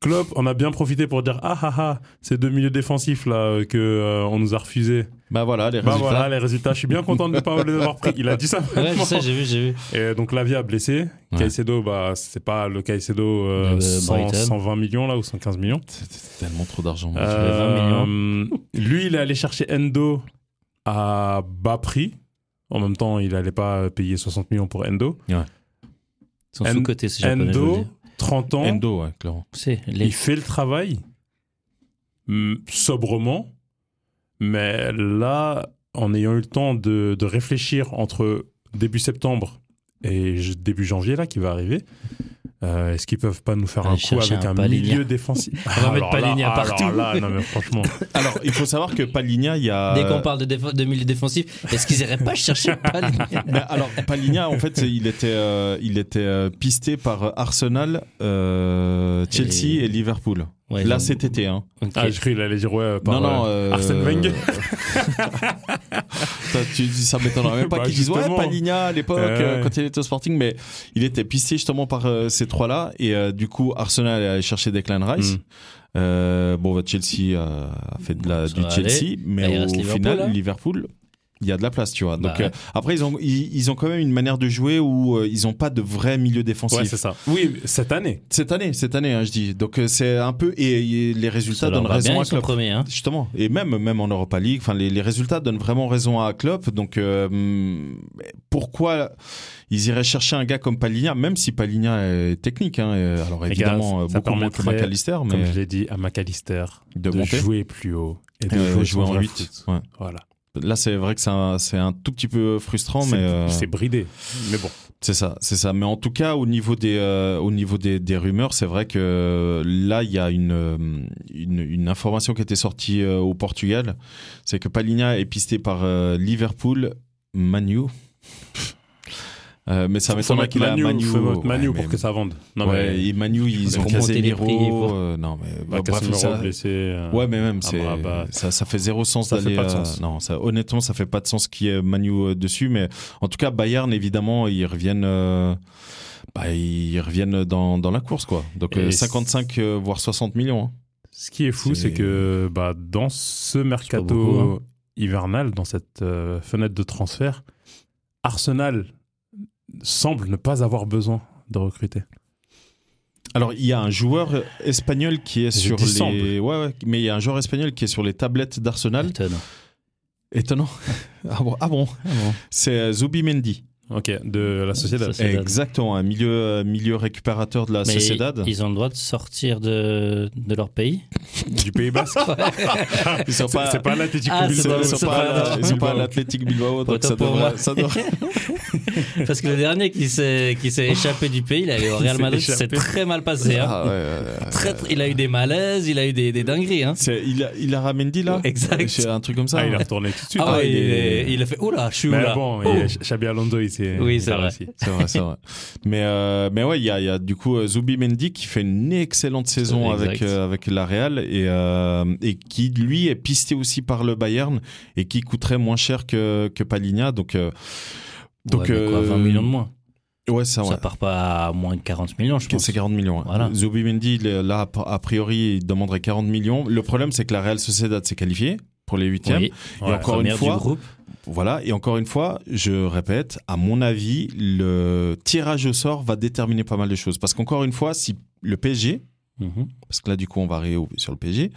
Klopp on a bien profité pour dire ah ah ah, ces deux milieux défensifs là euh, que euh, on nous a refusé. Bah voilà, les Bah résultats. voilà les résultats, je suis bien content de ne pas les avoir pris. Il a dit ça. Ouais, je vraiment. sais, j'ai vu, j'ai vu. Et donc Lavia blessé, Ouais. Caicedo bah c'est pas le Caicedo euh, De, euh, 100, Brighton. 120 millions là ou 115 millions. C'est- c'est tellement trop d'argent. mon Dieu. Euh, 20 lui, il est allé chercher Endo à bas prix. En même temps, il n'allait pas payer 60 millions pour Endo. Ils sont En- sous-côtés, ces japonais. je vous le Endo, dis. 30 ans, Endo, ouais, clairement. C'est les il fait le travail mm, sobrement, mais là, en ayant eu le temps de, de réfléchir entre début septembre et j- début janvier, là, qui va arriver, euh, est-ce qu'ils peuvent pas nous faire Aller un coup chercher avec un un, Palhinha. milieu défensif On va mettre Alors là, Palhinha alors partout. là, non, mais franchement. Alors, il faut savoir que Palinia, il y a. Dès qu'on parle de, défo- de milieu défensif, est-ce qu'ils iraient pas chercher Palhinha Mais alors, Palinia, en fait, il était, euh, il était euh, pisté par Arsenal, euh, Chelsea Et- et, Liverpool. Ouais, Là, ils ont- cet été. Hein. Ok. Ah, j'ai cru qu'il allait dire ouais. Par, non, non. euh, euh, Arsène Wenger. Ça, tu dis ça m'étonnerait même pas Bah, qu'ils disent ouais, justement. Palinia à l'époque, Ouais, euh, ouais. quand il était au Sporting, mais il était pisté justement par euh, ces trois-là. Et euh, du coup, Arsenal est allé chercher Declan Rice. Hmm. Euh, bon, bah, Chelsea a, a fait de la, Ça du va Chelsea, aller. Bah, il mais au reste Liverpool, final, là. Liverpool, il y a de la place, tu vois. Donc, Bah, euh, après, ils ont, ils, ils ont quand même une manière de jouer où euh, ils n'ont pas de vrai milieu Ouais, défensif. c'est ça. Oui, cette année. cette année, cette année, hein, je dis. Donc, euh, c'est un peu. Et, et les résultats Ça leur donnent va raison bien, à ils sont Klopp. premiers. Hein. Justement, et même, même en Europa League, enfin, les, les résultats donnent vraiment raison à Klopp. Donc, euh, hum, pourquoi ils iraient chercher un gars comme Palinia, même si Palinia est technique hein, et Alors, Les gars, évidemment, ça beaucoup moins que permettrait, McAllister, Comme mais je l'ai dit à McAllister, de, de monter. jouer plus haut et de Euh, jouer, jouer son en vrai 8. foot. Ouais. Voilà. Là, c'est vrai que c'est un, c'est un tout petit peu frustrant, C'est mais euh, c'est bridé. Mais bon. c'est ça, c'est ça. Mais en tout cas, au niveau des, euh, au niveau des, des rumeurs, c'est vrai que euh, là, il y a une, euh, une, une information qui était sortie euh, au Portugal, c'est que Palinha est pisté par euh, Liverpool, Manu. Euh, mais ça Faut m'étonnerait mettre qu'il a Manu, Manu. euh, faut mettre Manu Ouais, pour mais- que ça vende. Non, ouais, mais. et Manu, ils ont remonter les Casemiro. prix pour- euh, non, mais Bah, bah, bref, Casemiro ça- blessé. euh, Ouais, mais même, c'est, Amrabat. ça, Ah bah, ça fait zéro sens Ça fait d'aller. pas de euh, sens. non, ça, honnêtement, ça fait pas de sens qu'il y ait Manu euh, dessus. Mais en tout cas, Bayern, évidemment, ils reviennent, euh, bah, ils reviennent dans, dans la course, quoi. Donc Et euh, 55, euh, voire 60 millions. hein. Ce qui est fou, C'est- hein. c'est que bah, dans ce mercato beaucoup, hivernal, dans cette euh, fenêtre de transfert, Arsenal semble ne pas avoir besoin de recruter. Alors, il y a un joueur euh, espagnol qui est J'ai sur dit les. semble. Ouais, ouais, mais il y a un joueur espagnol qui est sur les tablettes d'Arsenal. Étonnant. Étonnant. Ah bon, ah bon. Ah bon. C'est euh, Zubimendi. Ok, de la société. Ça, c'est- Sociedad. Exactement, un milieu, euh, milieu récupérateur de la Mais Bah, Sociedad. ils ont le droit de sortir de, de leur pays. Du Pays Basque. Ils sont C'est c'est pas l'Atlético Ah, ils c'est sont- pas- Bilbao. ils sont c'est pas pas- à la- ils sont pas à l'Athletic Bilbao, donc Autant ça pour devrait, moi. ça devrait- Parce que le dernier qui s'est qui s'est échappé du pays, il est allé au Real s'est Madrid, c'est échappé. très mal passé. hein. Ah, ouais, ouais, ouais. Très, très- il a eu des malaises, il a eu des, des dingueries. hein. C'est- il a, il a Ramendi là Exact. C'est un truc comme ça. Ah, il est retourné tout de suite. Ah, Ah, ouais, il il, est- est- il a fait oula, je suis où Mais là bon, Oh. et Ch- Xabi Alonso, il s'est. Oui, il c'est a vrai. réussi. C'est vrai, c'est vrai. Mais, euh, mais ouais, il y a, il y a du coup euh, Zubi Mendy qui fait une excellente saison Exact. avec, euh, avec la Real et, euh, et qui, lui, est pisté aussi par le Bayern et qui coûterait moins cher que, que Paligna. Donc, euh, donc Ouais, mais quoi, euh, ah 20 millions de moins. Ouais, ça, ouais. Ça part pas à moins de 40 millions, je pense. C'est 40 millions. hein. Voilà. Zubi Mendy, il est là, a priori, il demanderait 40 millions. Le problème, c'est que la Real Sociedad s'est qualifiée pour les huitièmes. Oui. Et Ouais, encore une Première fois, du groupe. Voilà, et encore une fois, je répète, à mon avis, le tirage au sort va déterminer pas mal de choses. Parce qu'encore une fois, si le PSG, Mhm. parce que là du coup on va ré- sur le PSG,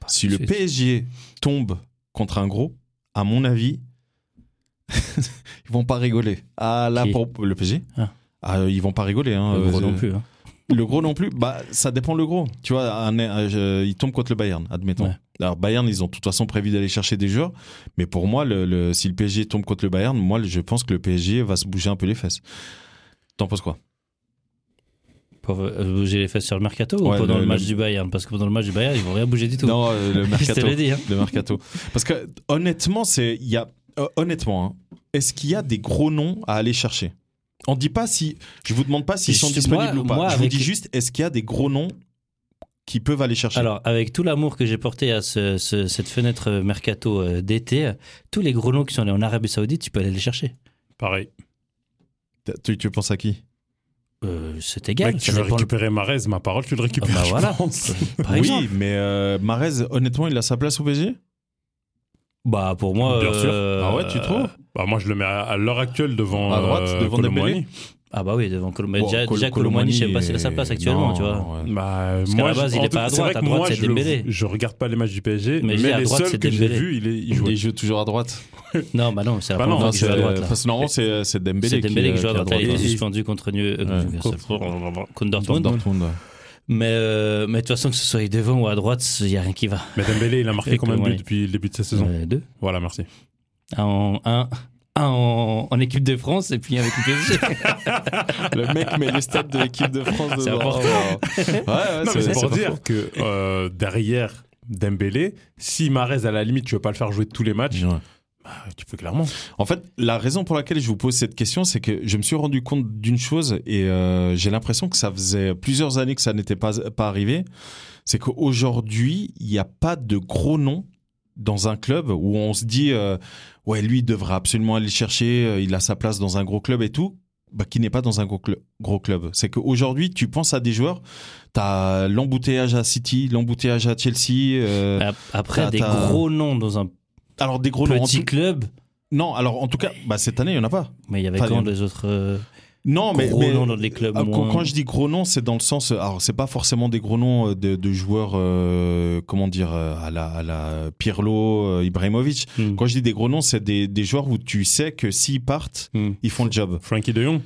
Pas si tout le de suite. PSG tombe contre un gros, à mon avis, ils vont pas rigoler. Ah là, Qui pour le PSG Ah. ah, ils vont pas rigoler. hein, Le euh, gros non euh, plus. hein. Le gros non plus. Bah, ça dépend le gros. Tu vois, un, un- euh, ils tombent contre le Bayern, admettons. Ouais. Alors Bayern, ils ont de toute façon prévu d'aller chercher des joueurs, mais pour moi, le, le- si le PSG tombe contre le Bayern, moi, je pense que le PSG va se bouger un peu les fesses. T'en penses quoi Pour euh, bouger les fesses sur le mercato Ouais, ou pendant le- le, match le- du Bayern Parce que pendant le match du Bayern, ils vont rien bouger du tout. Non, euh, le je te mercato. l'ai dit. hein. le mercato. Parce que honnêtement, c'est il y a euh, honnêtement, hein, est-ce qu'il y a des gros noms à aller chercher On dit pas si, je vous demande pas s'ils Je- sont disponibles moi- ou pas. moi, je vous avec- dis juste, est-ce qu'il y a des gros noms qui peuvent aller chercher Alors, avec tout l'amour que j'ai porté à ce- ce- cette fenêtre euh, mercato euh, d'été, euh, tous les gros noms qui sont allés en Arabie Saoudite, tu peux aller les chercher. Pareil. T'as- Tu, tu penses à qui Euh, c'est égal. Mec, Bah, tu ça veux dépend le- récupérer Marez, ma parole, tu le récupères. Ah bah je voilà. pense. Par Oui, exemple. mais euh, Marez, honnêtement, il a sa place au PSG Bah, pour moi. Bien sûr. euh, Ah ouais, tu trouves Bah, moi, je le mets à, à l'heure actuelle devant. À droite, euh, devant Colomboigny. Ah bah oui, devant Colomani. Bon, déjà, Col- déjà Colomani, je sais pas Colomani s'il a sa est- place actuellement, Non, tu vois. ouais. Bah, Parce moi, qu'à la base, je- il en est tout- pas à c'est droite, vrai à que droite, moi, c'est je le- Dembélé. Je regarde pas les matchs du PSG, Mais mais, je dis à les droite, seuls c'est que j'ai Dembélé. vus, il, est- il jouait. Il joue toujours à droite. Non, bah non, c'est la Bah Non, non, première fois qu'il joue à c'est- euh, droite. là. Parce que normalement, c'est c'est Dembélé, C'est Dembélé qui joue à euh, est droite. Il est Et- suspendu contre New- euh, Ouais. Newcastle. contre Contre Dortmund. Dortmund, ouais. Mais euh, mais de toute façon, que ce soit devant ou à droite, il n'y a rien qui va. Mais Dembélé, il a marqué Et combien de buts Colomboigny. depuis le début de sa saison Euh, Deux. Voilà, merci. Un en- un- un en en équipe de France et puis un avec le PSG. Le mec met les stats de l'équipe de France C'est dedans. important. Ouais, ouais, Non, mais c'est pour pas dire faux. que euh, derrière Dembélé, si Marez, à la limite, tu veux pas le faire jouer tous les matchs, Ouais. bah, tu peux clairement. En fait, la raison pour laquelle je vous pose cette question, c'est que je me suis rendu compte d'une chose et euh, j'ai l'impression que ça faisait plusieurs années que ça n'était pas, pas arrivé. C'est qu'aujourd'hui, il n'y a pas de gros nom dans un club où on se dit euh, ouais, lui, il devra absolument aller chercher, euh, il a sa place dans un gros club et tout. Bah, qui n'est pas dans un gros, cl- gros club. C'est qu'aujourd'hui, tu penses à des joueurs, tu as l'embouteillage à City, l'embouteillage à Chelsea. euh, Ap- Après, T'as- des t'as- gros noms dans un alors, des gros noms. en petit tout- club, Non, alors en tout cas, bah, cette année, il n'y en a pas. mais il y avait Pas quand des- les autres euh, Non, gros mais, mais- noms dans les clubs Ah, quand, moins- quand je dis gros noms, c'est dans le sens. Alors, c'est pas forcément des gros noms euh, de, de joueurs, euh, comment dire, euh, à la, à la Pirlo, euh, Ibrahimovic. Hmm. Quand je dis des gros noms, c'est des, des joueurs où tu sais que s'ils partent, Hmm. ils font le job. Frankie de Jong,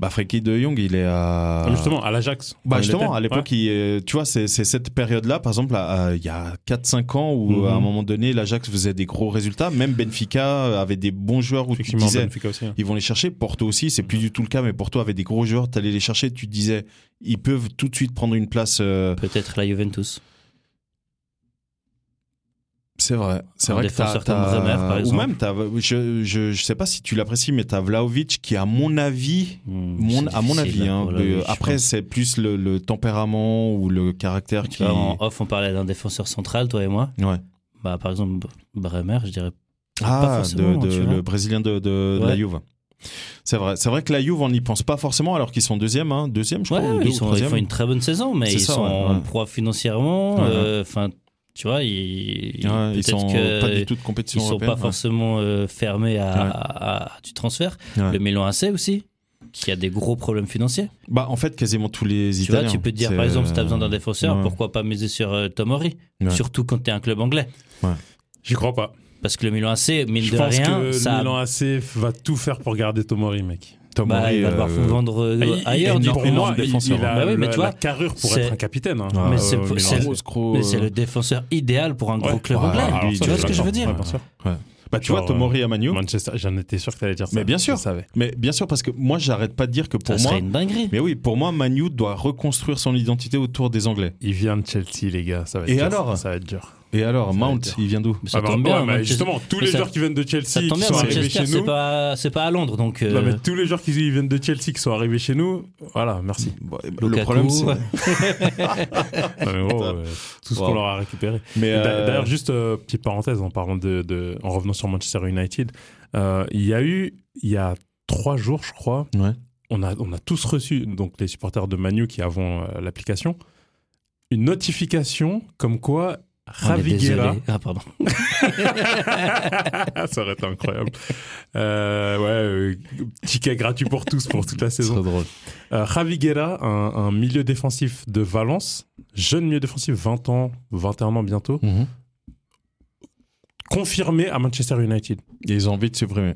Bah, Frenkie de Jong, il est à. justement, à l'Ajax. Bah Quand il justement, était. à l'époque, il, euh, tu vois, c'est c'est cette période-là, par exemple, à- à- il y a 4-5 ans, où Mhm. à un moment donné, l'Ajax faisait des gros résultats. Même Benfica avait des bons joueurs Ouais. où tu Effectivement, disais, Benfica aussi. hein. ils vont les chercher. Porto aussi, c'est Mhm. plus du tout le cas, mais Porto avait des gros joueurs, t'allais les chercher, tu te disais, ils peuvent tout de suite prendre une place. euh, peut-être la Juventus. C'est vrai, c'est Un vrai que t'as, défenseur comme t'as- Bremer, par ou exemple. même t'as, je, je je sais pas si tu l'apprécies, mais t'as Vlaovic qui, à mon avis, Hmm, mon, à mon avis, hein, de- après c'est plus le, le tempérament ou le caractère qui. tu vois, en off, on parlait d'un défenseur central, toi et moi. Ouais. Bah, par exemple, Bremer, je dirais. pas Ah, de, forcément, de- tu vois. le brésilien de, de- de la Ouais. Juve. C'est vrai, c'est vrai que la Juve on n'y pense pas forcément alors qu'ils sont deuxième, hein, deuxième je Ouais, crois, ou deux ils, ou sont, ils troisième. font une très bonne saison, mais C'est ils ça, sont ouais, en ouais. proie financièrement. Ouais, ouais. euh, Enfin, tu vois, ils, Ouais, ils peut-être sont que pas du tout de ils compétition sont européenne. pas forcément euh, fermés à, Ouais. à- à du transfert. Ouais. Le Milan AC aussi, qui a des gros problèmes financiers. Bah, en fait, quasiment tous les Tu Italiens. vois, tu peux te dire, c'est- euh, par exemple, si tu as besoin d'un défenseur, ouais. pourquoi pas miser sur euh, Tomori Ouais. Surtout quand tu es un club anglais. J'y crois pas. Parce que le Milan AC, mine Je de pense rien, que ça a Milan AC va tout faire pour garder Tomori, mec. Tomori. Bah, il va devoir euh, vendre euh, Ah, Il- il- ailleurs. il- du pour coup. moi, il- défenseur, Il a hein. Bah oui, le- mais tu vois, la carrure pour c'est- être un capitaine. hein. Ah, Mais c'est- Milan. c'est- gros escroc, Mais euh, c'est le défenseur idéal pour un gros Ouais. club Ouais, anglais. alors tu ça, vois je ce que je veux dire l'entends, ouais, bien sûr. Ouais. Bah, tu vois, Genre, euh, Tomori à Manu. Manchester, j'en étais sûr que t'allais dire ça. Mais bien sûr. Je savais. Mais bien sûr, parce que moi, j'arrête pas de dire que Ça pour moi. serait une dinguerie. Mais oui, pour moi, Manu doit reconstruire son identité autour des Anglais. Il vient de Chelsea, les gars. Ça va être Et dur. alors Ça va être dur. Et alors, Ça va Mount, être dur. il vient d'où Mais ça Ah bah, tombe ouais, bien. mais Manchester- justement, tous mais les ça- joueurs qui viennent de Ça Chelsea, qui tombe bien, sont arrivés Manchester, chez c'est nous. pas, c'est pas à Londres, donc. euh, Non, mais tous les joueurs qui viennent de Chelsea, qui sont arrivés chez nous, voilà, merci. Bah, Lukaku, Le problème, c'est. Non, mais gros, euh, tout ce Wow. qu'on leur a récupéré. Mais D'a- euh, D'ailleurs, juste euh, petite parenthèse en parlant de, de- en revenant sur Manchester United, euh, il y a eu il y a trois jours, je crois, Ouais. on a on a tous reçu donc les supporters de Manu qui avons euh, l'application une notification comme quoi on est Ravi désolé. Guerra- Ah, pardon. ça aurait été incroyable. Euh, ouais, euh, ticket gratuit pour tous pour toute la saison. c'est drôle. Euh, Javi Guerra, un, un milieu défensif de Valence, jeune milieu défensif, 20 ans, 21 ans bientôt, Mhm. confirmé à Manchester United. Ils ont envie de supprimer.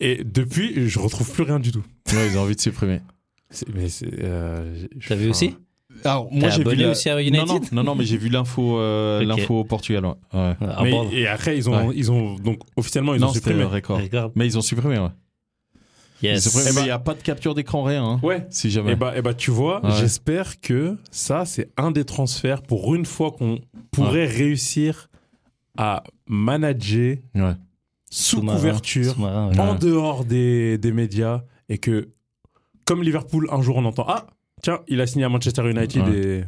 Et depuis, je retrouve plus rien du tout. Ouais, ils ont envie de supprimer. C'est- Mais c'est. euh, j'ai- T'as vu enfin, aussi Alors, T'es moi, j'ai vu. abonné la- aussi à Non, United non, non, non, mais j'ai vu l'info euh, Ok. l'info au Portugal. ouais. Ouais. Ah, mais- pardon. et après, ils ont, ils ont donc officiellement ils non, ont c'était supprimé. le record. Regarde. Mais ils ont supprimé, ouais. Yes. Eh ben, Ils ont supprimé. Mais il n'y a pas de capture d'écran, rien. hein, Eh ben- Ouais. Si Et jamais. bah, eh bah, tu vois, Ouais. j'espère que ça, c'est un des transferts pour une fois qu'on pourrait réussir à manager Ouais. sous Sous-marin, couverture, sous-marin, ouais. en dehors des, des médias, et que, comme Liverpool, un jour on entend Ah, tiens, il a signé à Manchester United Ouais. et.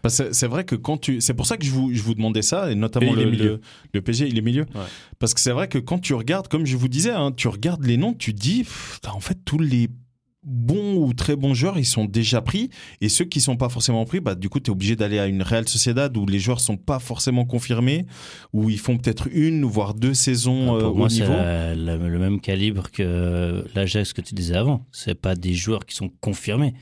Parce que Bah, c'est vrai que quand tu. C'est pour ça que je vous, je vous demandais ça, et notamment Et il le, est milieu. le, le PSG, il est milieu. Ouais. Parce que c'est vrai que quand tu regardes, comme je vous disais, hein, tu regardes les noms, tu dis, Pff, bah, en fait, tous les bons ou très bons joueurs, ils sont déjà pris. Et ceux qui sont pas forcément pris, bah, du coup, tu es obligé d'aller à une Real Sociedad où les joueurs sont pas forcément confirmés, où ils font peut-être une, voire deux saisons euh, Ah, Pour au moi, c'est niveau. la- la- le même calibre que l'Ajax que tu disais avant. C'est pas des joueurs qui sont confirmés.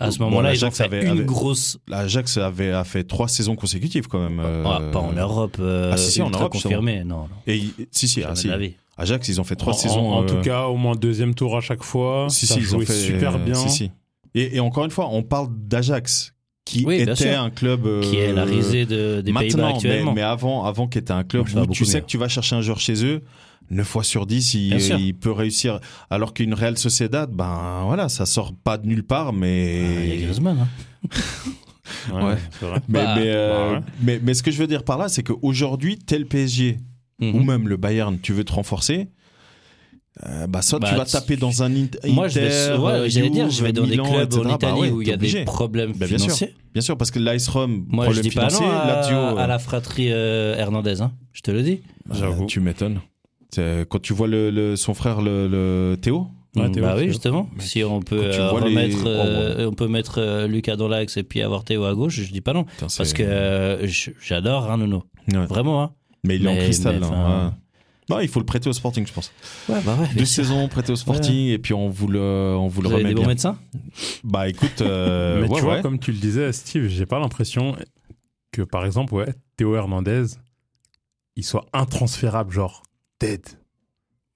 À ce Bon, moment-là, ils ont l'Ajax fait avait- une avait- grosse. L'Ajax avait a fait trois saisons consécutives quand même. euh, Ah, pas en Europe. euh, ah, si, si, en ultra Europe, justement. confirmé. Non, non. Et ils- si, si, ah, Jamais si. de la vie. Ajax, ils ont fait trois en, saisons. En, en euh, tout cas, au moins deuxième tour à chaque Hein, fois. Si, ça si, ils ont jouait fait super euh, bien. si, si. Et, et encore une fois, on parle d'Ajax, qui Oui, bien était sûr. un club. euh, Qui est la risée de- des Pays-Bas maintenant, mais, actuellement. mais avant, avant qui était un club Moi, je où vois tu beaucoup sais mieux. que tu vas chercher un joueur chez eux, 9 fois sur 10, il, Bien sûr. il peut réussir. Alors qu'une Real Sociedad, ben voilà, ça sort pas de nulle part, Ah, il y a mais. Griezmann. hein. Ouais, Ouais. c'est vrai. mais, Bah, mais, euh, bah ouais. mais, mais ce que je veux dire par là, c'est qu'aujourd'hui, tel PSG ou Mhm. même le Bayern, tu veux te renforcer. euh, bah soit Bah, tu vas tu- taper dans un int- Inter, Moi, je vais, ouais, euh, j'allais dire, Juve, je vais dans Milan, des clubs etc. en Bah Italie ouais, où il y a t'es des obligé. problèmes Bah, bien sûr. financiers. Bien sûr, parce que l'Ice Rome, Moi, je problème dis pas financier, non à, Lazio, euh, à la fratrie euh, Hernandez. hein. Je te le dis. bah, J'avoue. Tu m'étonnes. C'est- Quand tu vois le, le- son frère, le, le Théo, Ouais, t'es bah ouf, oui, t'es justement. Si on peut Quand tu euh, vois les- remettre, Oh, euh, on peut mettre euh, Lucas dans l'axe et puis avoir Théo à gauche, je dis pas non. putain, c'est- Parce que euh, je- j'adore hein, Nono. Ouais. Vraiment, hein. Mais il est en Mais- cristal. mais, hein, enfin, ouais. Non, il faut le prêter au Sporting, je pense. Ouais, bah ouais. Deux saisons prêté au Sporting et puis on vous le, on vous le Vous avez remet des bons bien. médecins Bah écoute, euh, mais ouais, tu vois, ouais. comme tu le disais, Steve, j'ai pas l'impression que, par exemple, ouais, Théo Hernandez, il soit intransférable, genre dead.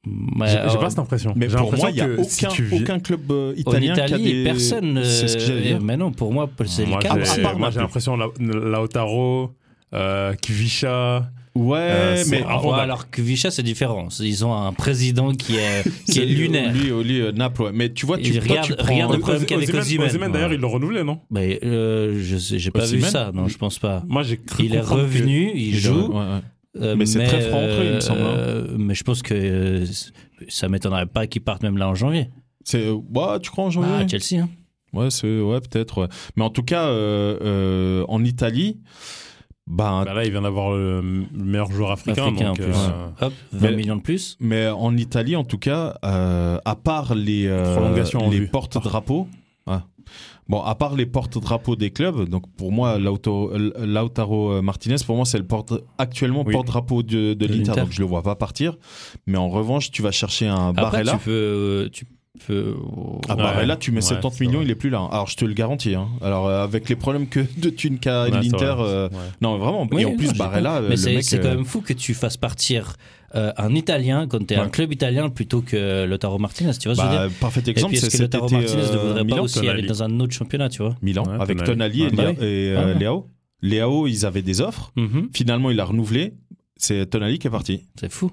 Ouais, J'ai j'ai alors, pas cette impression. mais J'ai pour moi, l'impression il n'y a que aucun, si tu vis- aucun club euh, En italien qui a Italie, des... personne. C'est ce que j'allais euh, dire. Mais non, pour moi, ah, c'est le Moi, cas. j'ai- À part moi, Naples. j'ai l'impression La- Lautaro, euh, Kvisha. Ouais, Euh, c'est mais... un- Ah, ouais, Ronald. alors que Vicha, c'est différent. Ils ont un président qui est, qui est lunaire. Lui, lui, euh, Naples, ouais. Mais tu vois, Et tu, toi, regarde- tu prends- regarde le Oz- problème qu'avec Osimhen- Osimhen. Osimhen, d'ailleurs, Ouais. ils l'ont renouvelé, non Mais euh, je sais- j'ai pas vu Osimhen ça. Non, je pense pas. Moi, j'ai cru Il est comprendre que- revenu, il joue. Ouais, ouais. euh, Mais c'est très franc entre eux, il me semble, hein. euh, mais je pense que euh, ça m'étonnerait pas qu'ils partent même là en janvier. C'est... Ouais, Bah, tu crois en janvier Ah, à Chelsea. Hein. Ouais, c'est- ouais peut-être. ouais. Mais en tout cas, euh, euh, en Italie, bah, Bah là, il vient d'avoir le le meilleur joueur africain. Africain, donc, en plus. euh, Hop, 20 Mais- millions de plus. mais en Italie, en tout cas, euh, à part les, euh, Prolongation en les vue. porte-drapeaux, ouais. bon, à part les porte-drapeaux des clubs, donc pour moi, Lauto- Lautaro euh, Martinez, pour moi, c'est le porte, actuellement Oui. porte-drapeau de, de De l'Inter, l'Inter. donc je le vois pas partir. Mais en revanche, tu vas chercher un Après, Barella. tu peux, euh, tu peut- Ah bah Ouais. là, tu mets Ouais, 70 c'est millions, vrai. il est plus là. hein. Alors je te le garantis. hein. Alors euh, avec les problèmes que de thunes qu'a Ouais, c'est l'Inter, vrai. euh, Ouais. non vraiment. Oui, et en non, plus j'ai Barella, compris. euh, le Mais c'est, mec, c'est quand euh, même fou que tu fasses partir euh, un Italien quand t'es Ouais. un club italien plutôt que Lautaro Martinez, tu vois ce que je veux bah, dire parfait Et exemple, puis c'est est-ce que cet Lautaro été Martinez ne euh, voudrait pas Milan, aussi Tonali. aller dans un autre championnat, tu vois Milan Ouais, avec Tonali. Tonali et, Ouais, Léa- bah et, euh, Léao. Léao, ils avaient des offres. Mhm. Finalement, il a renouvelé. C'est Tonali qui est parti. C'est fou.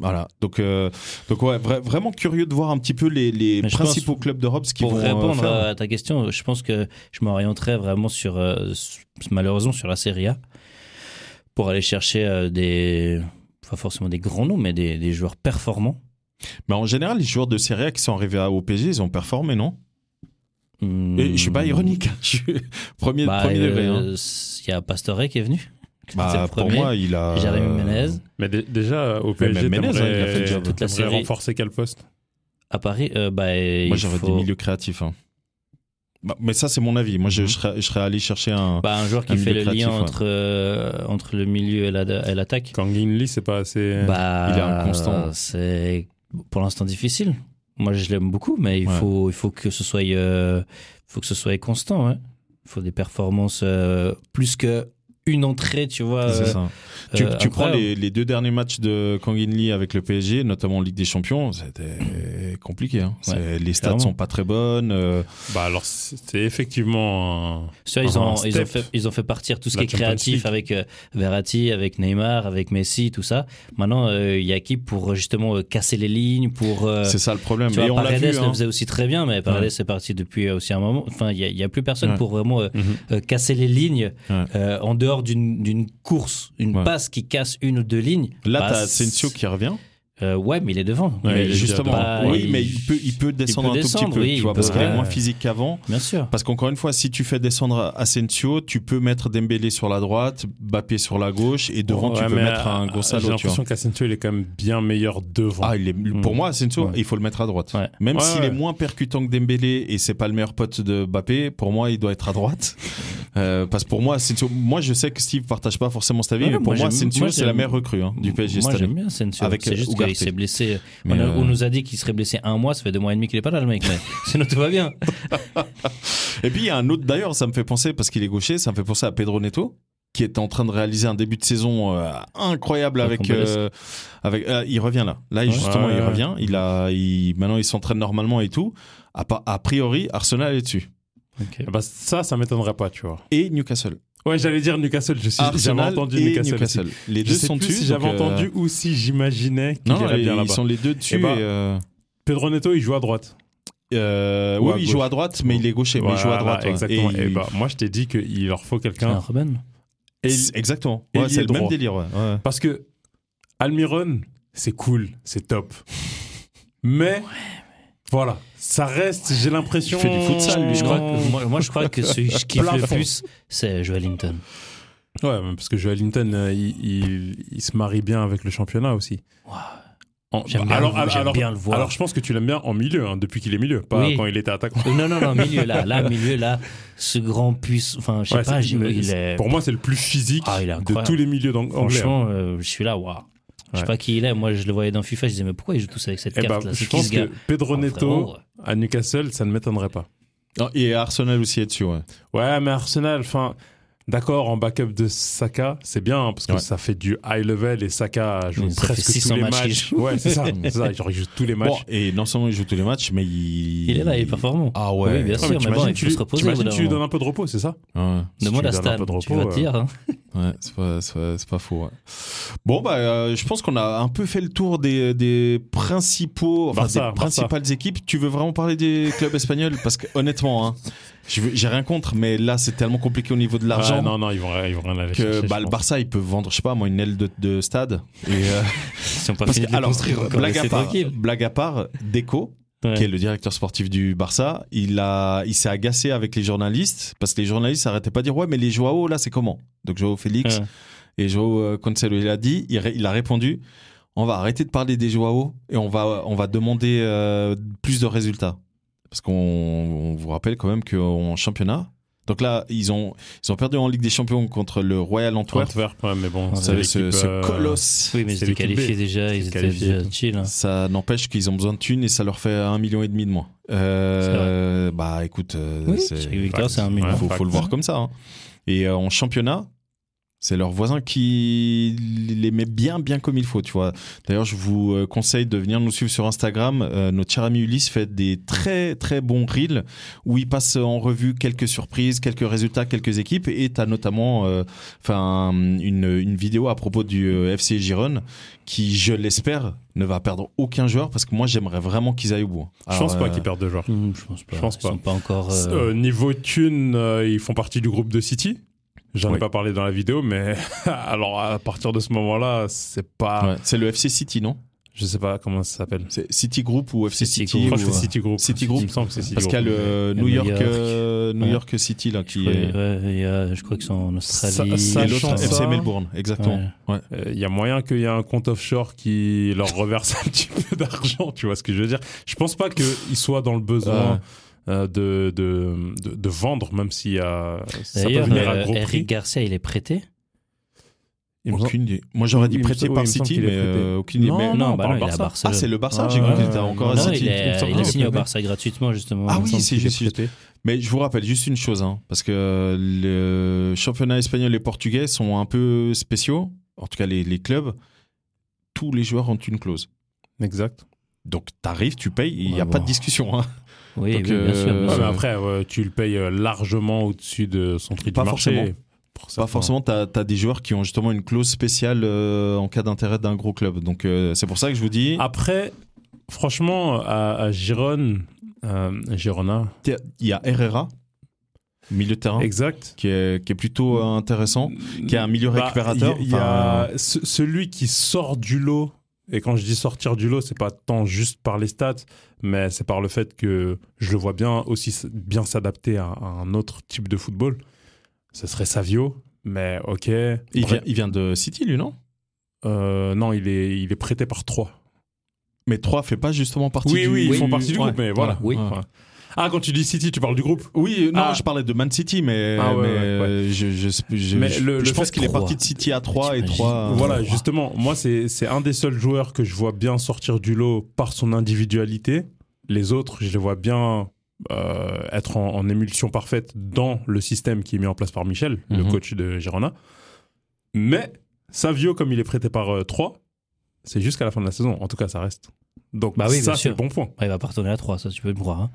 Voilà. Donc, euh, donc ouais, vra- vraiment curieux de voir un petit peu les, les Mais je principaux clubs d'Europe ce qu'ils Pour vont euh, répondre faire. à ta question, je pense que je m'orienterais vraiment sur, euh, s- malheureusement, sur la Serie A pour aller chercher euh, des, pas forcément des grands noms, mais des, des joueurs performants. Mais en général, les joueurs de Serie A qui sont arrivés à OPG, ils ont performé, non Hmm. Et je suis pas ironique. hein. Je suis premier, Bah, premier degré. hein. euh, s- Il y a Pastore qui est venu. Bah, C'est le pour premier. moi, il a. euh, Jérémy Menez. Mais dé- déjà, au Mais PSG, même Menez, hein, t'aimerais- il a fait le job. Toute la t'aimerais série. renforcer quel poste À Paris, euh, bah, il Moi, j'aurais faut- des milieux créatifs. hein. Bah, mais ça, c'est mon avis. Hmm. Moi, je, je serais, je serais allé chercher un. Bah, un joueur qui Un fait milieu le créatif, lien ouais. entre, euh, entre le milieu et la- et l'attaque. Kang In Lee, c'est pas assez. bah, Euh, il est inconstant. C'est pour l'instant difficile. Moi, je l'aime beaucoup, mais il, Ouais. faut, il faut, que ce soit, euh, faut que ce soit constant. ouais. Il faut des performances euh, plus que une entrée, tu vois. c'est euh, ça. tu euh, tu prends incroyable. les, les deux derniers matchs de Kang In Lee avec le PSG, notamment en Ligue des Champions, c'était compliqué. hein. C'est- les stats clairement. sont pas très bonnes. euh, Bah, alors, c'est c'est effectivement. un- Tu vois, ils, ont, un ils, ont step. fait, ils ont fait partir tout ce La qui est Champions League. créatif avec euh, Verratti, avec Neymar, avec Messi, tout ça. Maintenant, euh, il y a qui pour euh, justement euh, casser les lignes, pour. euh, c'est ça le problème. tu vois, Et on l'a Paredes vu. le hein. faisait aussi très bien, mais Paredes est parti depuis euh, aussi un moment. Enfin, il n'y a, plus personne Ouais. pour vraiment euh, Mhm. euh, casser les lignes Ouais. euh, en dehors d'une d'une course, une Ouais. passe qui casse une ou deux lignes. Là, Bah, t'as Asensio qui revient. euh, ouais, mais il est devant. Ouais, Mais il est justement. pas- oui, il- mais il peut, il peut descendre un descendre, tout petit peu. oui, tu il vois, parce peut- euh, qu'il est ouais. moins physique qu'avant. Bien sûr. Parce qu'encore une fois, si tu fais descendre Asensio, tu peux mettre Dembélé sur la droite, Bappé sur la gauche, et devant, tu Ouais, peux mais, mettre un euh, J'ai Gonzalo. Tu vois. l'impression qu'Asensio, il est quand même bien meilleur devant. Ah, il est, pour Mm. moi, Asensio, Ouais. il faut le mettre à droite. Ouais. Même Ouais, s'il ouais. est moins percutant que Dembélé et c'est pas le meilleur pote de Bappé, pour moi, il doit être à droite. Euh, parce que pour moi, Asensio, moi, je sais que Steve partage pas forcément cet avis, Non, mais non, pour moi, moi, j'aime- Asensio, moi, c'est la j'aime- meilleure recrue hein, du PSG Moi, cette j'aime année. bien Asensio. Avec, C'est euh, juste Ugarte. qu'il s'est blessé. Mais, on, a- euh, on nous a dit qu'il serait blessé un mois, ça fait deux mois et demi qu'il est pas là, le mec. Mais sinon, tout va bien. Et puis, il y a un autre, d'ailleurs, ça me fait penser, parce qu'il est gaucher, ça me fait penser à Pedro Neto, qui est en train de réaliser un début de saison euh, incroyable Avec avec. Combeles. euh, avec euh, il revient là. Là, justement, Ouais. il revient. Il a, il- maintenant, il s'entraîne normalement et tout. A, pa- a priori, Arsenal est dessus. Ah bah, ça, ça m'étonnerait pas, tu vois. Et Newcastle. Ouais, j'allais dire Newcastle. Je suis, j'avais Arsenal entendu et Newcastle. Newcastle. aussi. Les Je deux sais sont plus dessus. si j'avais donc, euh, entendu ou si j'imaginais qu'il Non, irait ils, bien ils là-bas. sont les deux dessus. Eh ben, et, euh, Pedro Neto, il joue à droite. euh, ou oui, à il gauche. joue à droite, mais il est gaucher. mais il joue à Voilà, droite. ouais. Exactement. Et Et eh il- ben, bah, moi, je t'ai dit qu'il leur faut Un quelqu'un. Robben. Et- c'est- exactement. et Ouais, il est c'est le même droit. délire. ouais. Ouais. Parce que Almiron, c'est cool, c'est top. Mais voilà, ça reste, j'ai l'impression. Il fait du futsal, lui, Je crois Non. que- moi, moi, je crois que celui qui kiffe le Plafond. plus, c'est Joel Linton. Ouais, mais parce que Joel Linton, euh, il, il- il se marie bien avec le championnat aussi. En- bah, J'aime bien le- j'aime bien le voir. Alors, je pense que tu l'aimes bien en milieu, hein, depuis qu'il est milieu, pas Oui. quand il était attaquant. Non, non, non, milieu là, là, milieu là, ce grand puce, enfin, je sais Ouais, pas, c'est- j'ai- mais il c'est- est. Pour moi, c'est le plus physique Ah, il est de incroyable. tous les milieux d'ang- anglais. hein. Franchement, euh, je suis là, waouh. Je sais Ouais. pas qui il est, moi je le voyais dans FIFA, je disais, mais pourquoi ils jouent tous avec cette Eh ben, carte là je C'est qui pense ce gars que Pedro Ah, Neto frérot, ouais. à Newcastle, ça ne m'étonnerait pas. Non, Et Arsenal aussi est dessus. ouais. Ouais, mais Arsenal, enfin, d'accord, en backup de Saka, c'est bien, hein, parce que Ouais. ça fait du high level et Saka joue Mais ça presque fait 600 tous les matchs qu'il matchs. joue. Ouais, c'est ça, c'est ça, genre, il joue tous les matchs. Bon, et non seulement il joue tous les matchs, mais il. Il est là, il est performant. Ah ouais. Oui, bien Ah, sûr, mais bon, t'imagines, il tu faut lui- se reposer. au t'imagines, bout d'un tu lui moment. donnes un peu de repos, c'est ça Ouais. si tu Demande à lui donnes un Stan, peu de tu vas repos, euh. te dire. hein. Ouais, c'est pas, c'est pas- c'est pas faux. ouais. Bon, bah, euh, je pense qu'on a un peu fait le tour des, des principaux, enfin, Barça, des principales équipes. Tu veux vraiment parler des clubs espagnols Parce que, honnêtement, hein, je veux- j'ai rien contre, mais là, c'est tellement compliqué au niveau de l'argent. Ouais, Ah, non, non, ils vont, ils vont rien aller Que chercher, bah, je le pense. Barça, ils peuvent vendre, je sais pas, moi, une aile de, de stade. Et, euh, Si on pas parce fini que- de les alors, construire encore, blague à, c'est part, tranquille. blague à part, Deco, Ouais. qui est le directeur sportif du Barça, il, a, il s'est agacé avec les journalistes parce que les journalistes n'arrêtaient pas de dire Ouais, mais les Joao, là, c'est comment Donc, Joao Félix, Ouais. et Joao euh, Cancelo, il a dit, il, ré- il a répondu, on va arrêter de parler des Joao et on va, on va demander euh, plus de résultats. Parce qu'on on vous rappelle quand même qu'en championnat, Donc là, ils ont, ils ont perdu en Ligue des Champions contre le Royal Antwerp. Antwerp, ouais, mais bon, Ah, Vous c'est savez, ce, l'équipe, ce euh, colosse. Oui, mais ils C'est l'équipe étaient B. qualifiés déjà, Ils ils étaient qualifiés. déjà chill. hein. Ça n'empêche qu'ils ont besoin de thunes et ça leur fait un million et demi de moins. Euh, bah écoute, euh, Oui, c'est- chaque victoire, c'est un Il million. faut, Ouais, faut le fact. voir comme ça. hein. Et euh, en championnat, c'est leur voisin qui les met bien, bien comme il faut, tu vois. D'ailleurs, je vous euh, conseille de venir nous suivre sur Instagram. Euh, notre cher ami Ulysse fait des très, très bons reels où il passe en revue quelques surprises, quelques résultats, quelques équipes. Et tu as notamment euh, 'fin, une, une vidéo à propos du euh, FC Gironne qui, je l'espère, ne va perdre aucun joueur parce que moi, j'aimerais vraiment qu'ils aillent au bout. Je Alors, pense pas euh, qu'ils perdent de joueurs. Hum, je pense pas. Je pense ils pas. sont pas encore. euh, Euh, niveau thune, euh, ils font partie du groupe de City. J'en Oui. ai pas parlé dans la vidéo, mais alors à partir de ce moment-là, c'est pas. ouais. C'est le FC City, non Je sais pas comment ça s'appelle. C'est City Group ou FC City City, Group. Je ou- crois que c'est City Group. City Group. Il me semble que c'est City Parce qu'il y a Group. le euh, Il y a New New York, York. euh, New Ouais. York City là je qui crois, est. ouais, il y a- je crois qu'ils sont en Australie. Ça- Et je l'autre crois. sachant FC ça- Melbourne, exactement. Ouais. Euh, Il y a moyen qu'il y ait un compte offshore qui leur reverse un petit peu d'argent, tu vois ce que je veux dire Je pense pas qu'ils soient dans le besoin euh, de, de, de, de vendre, même s'il y a. Ça peut D'ailleurs, venir à euh, gros prix. Eric Garcia, il est prêté. Il me semble- Aucune idée. Moi j'aurais Il dit me prêté semble- par oui, il me semble City, qu'il est mais prêté. euh, aucune idée. Non, Mais- non, on bah parle il est à Barça. Ah, Barcelone. c'est le Barça, Ah, j'ai cru qu'il ouais. était encore à Non, City. il il est- me semble il qu'il est est signé au prêté. Barça gratuitement, justement. Ah il me oui, semble si, qu'il je est suis- prêté. Mais je vous rappelle juste une chose, hein, parce que le championnat espagnol et portugais sont un peu spéciaux, en tout cas les, les clubs. Tous les joueurs ont une clause. Exact. Donc t'arrives, tu payes, il n'y a Ouais, pas bon. de discussion. hein. Oui, Donc, oui, bien sûr. euh, bien Ouais, sûr. mais après, euh, tu le payes euh, largement au-dessus de son prix Pas du marché. forcément. Pour Pas certains. forcément, tu as, des joueurs qui ont justement une clause spéciale euh, en cas d'intérêt d'un gros club. Donc euh, c'est pour ça que je vous dis, Ah, Après, franchement, à, à Gironne, euh, Girona, hein t'es- il y a Herrera, milieu de terrain, exact. qui est, qui est plutôt euh, intéressant, qui est un milieu Bah, récupérateur. Il y, a Enfin, euh, il y a ce- celui qui sort du lot. Et quand je dis sortir du lot, c'est pas tant juste par les stats, mais c'est par le fait que je le vois bien aussi s- bien s'adapter à, à un autre type de football. Ce serait Savio, mais ok. il, Après, vient, il vient de City, lui, non euh, non, il est, il est prêté par trois. Mais 3 fait pas justement partie oui, du oui, ils font du- partie du ouais. groupe, mais voilà. Oui. Ouais. Ah, quand tu dis City, tu parles du groupe Oui, euh, non, Ah. je parlais de Man City, mais, Ah ouais, mais, ouais, ouais. euh, je, je, je- Mais je- le- je le pense fait qu'il est trois. parti de City à 3 et euh, T'imagines. 3. Voilà, justement, moi, c'est c'est un des seuls joueurs que je vois bien sortir du lot par son individualité. Les autres, je les vois bien euh, être en, en émulsion parfaite dans le système qui est mis en place par Michel, le Mhm. coach de Girona. Mais Savio, comme il est prêté par 3, c'est jusqu'à la fin de la saison. En tout cas, ça reste. Donc, Bah oui, bien ça, c'est sûr. bon point. Ouais, Il va partonner à 3, ça, tu peux le croire. hein.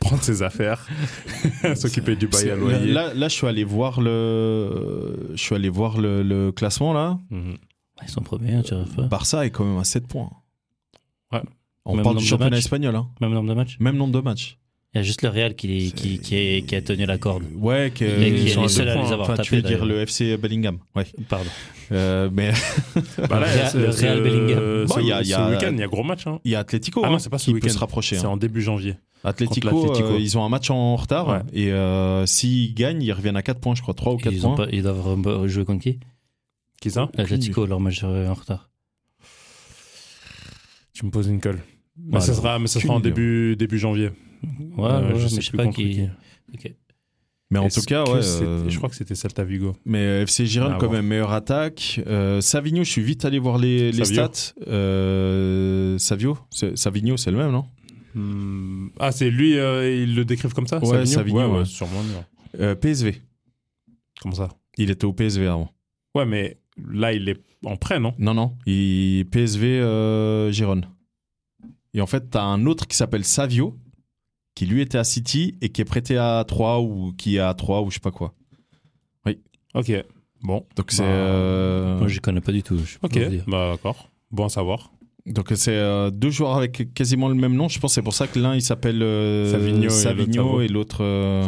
Prendre ses affaires, s'occuper du bail à Là, loyer. là, là, je suis allé voir le, je suis allé voir le, le classement là. Mhm. Ils sont premiers, hein, tu vois. pas. Barça est quand même à 7 points. Ouais. On Même parle nombre du de championnat matchs. espagnol. hein. Même nombre de matchs. Même nombre de matchs. Il y a juste le Real qui, C'est- qui, qui, est- qui a tenu la corde. Ouais, que- Et qui est sur les deux seuls à points. les avoir Enfin, tu tapés, veux dire d'ailleurs. le FC Bellingham. Ouais. Pardon. Euh, mais Bah là, Le Real- c'est- le Real c'est- Bellingham. c'est- Bon, il y a- il y a- Ce week-end, il y a gros match. hein. il y a Atlético Ah non, hein, c'est pas ce qui peut week-end. se rapprocher. C'est hein. en début janvier. Atlético, contre l'Atlético. euh, ils ont un match en retard Ouais. et euh, s'ils gagnent, ils reviennent à 4 points, je crois, 3 ou 4 Ils, ont points. pas- ils doivent re- jouer contre qui Qui ça L'Atletico, leur match euh, en retard. Tu me poses une colle. Mais Bah, ça alors, sera, mais ça aucune sera en idée. début, début janvier. Ouais, Euh, ouais, je mais sais je sais plus pas contre qui. qui. Ok. Mais en Est-ce tout cas, que ouais, c'était- euh, Je crois que c'était Celta Vigo. Mais euh, FC Gironne, À quand voir. même, meilleure attaque. Euh, Savigno, je suis vite allé voir les, les Savio. stats. Euh, Savio c'est- Savigno, c'est le même, non Ah, c'est lui, euh, ils le décrivent comme ça Hmm. Ouais, Savigno Savigno, ouais, ouais, ouais. sûrement. ouais. Euh, PSV. Comment ça Il était au PSV avant. Ouais, mais là, il est en prêt, non Non, non. Il... PSV euh, Gironne. Et en fait, t'as un autre qui s'appelle Savio, qui lui était à City et qui est prêté à 3 ou qui est à 3 ou je sais pas quoi. Ok. Bon. Donc c'est. Bah, euh, Moi, je connais pas du tout. je peux Ok. vous dire. Bah, d'accord. Bon à savoir. Donc c'est euh, deux joueurs avec quasiment le même nom. Je pense que c'est pour ça que l'un il s'appelle euh, Savigno et l'autre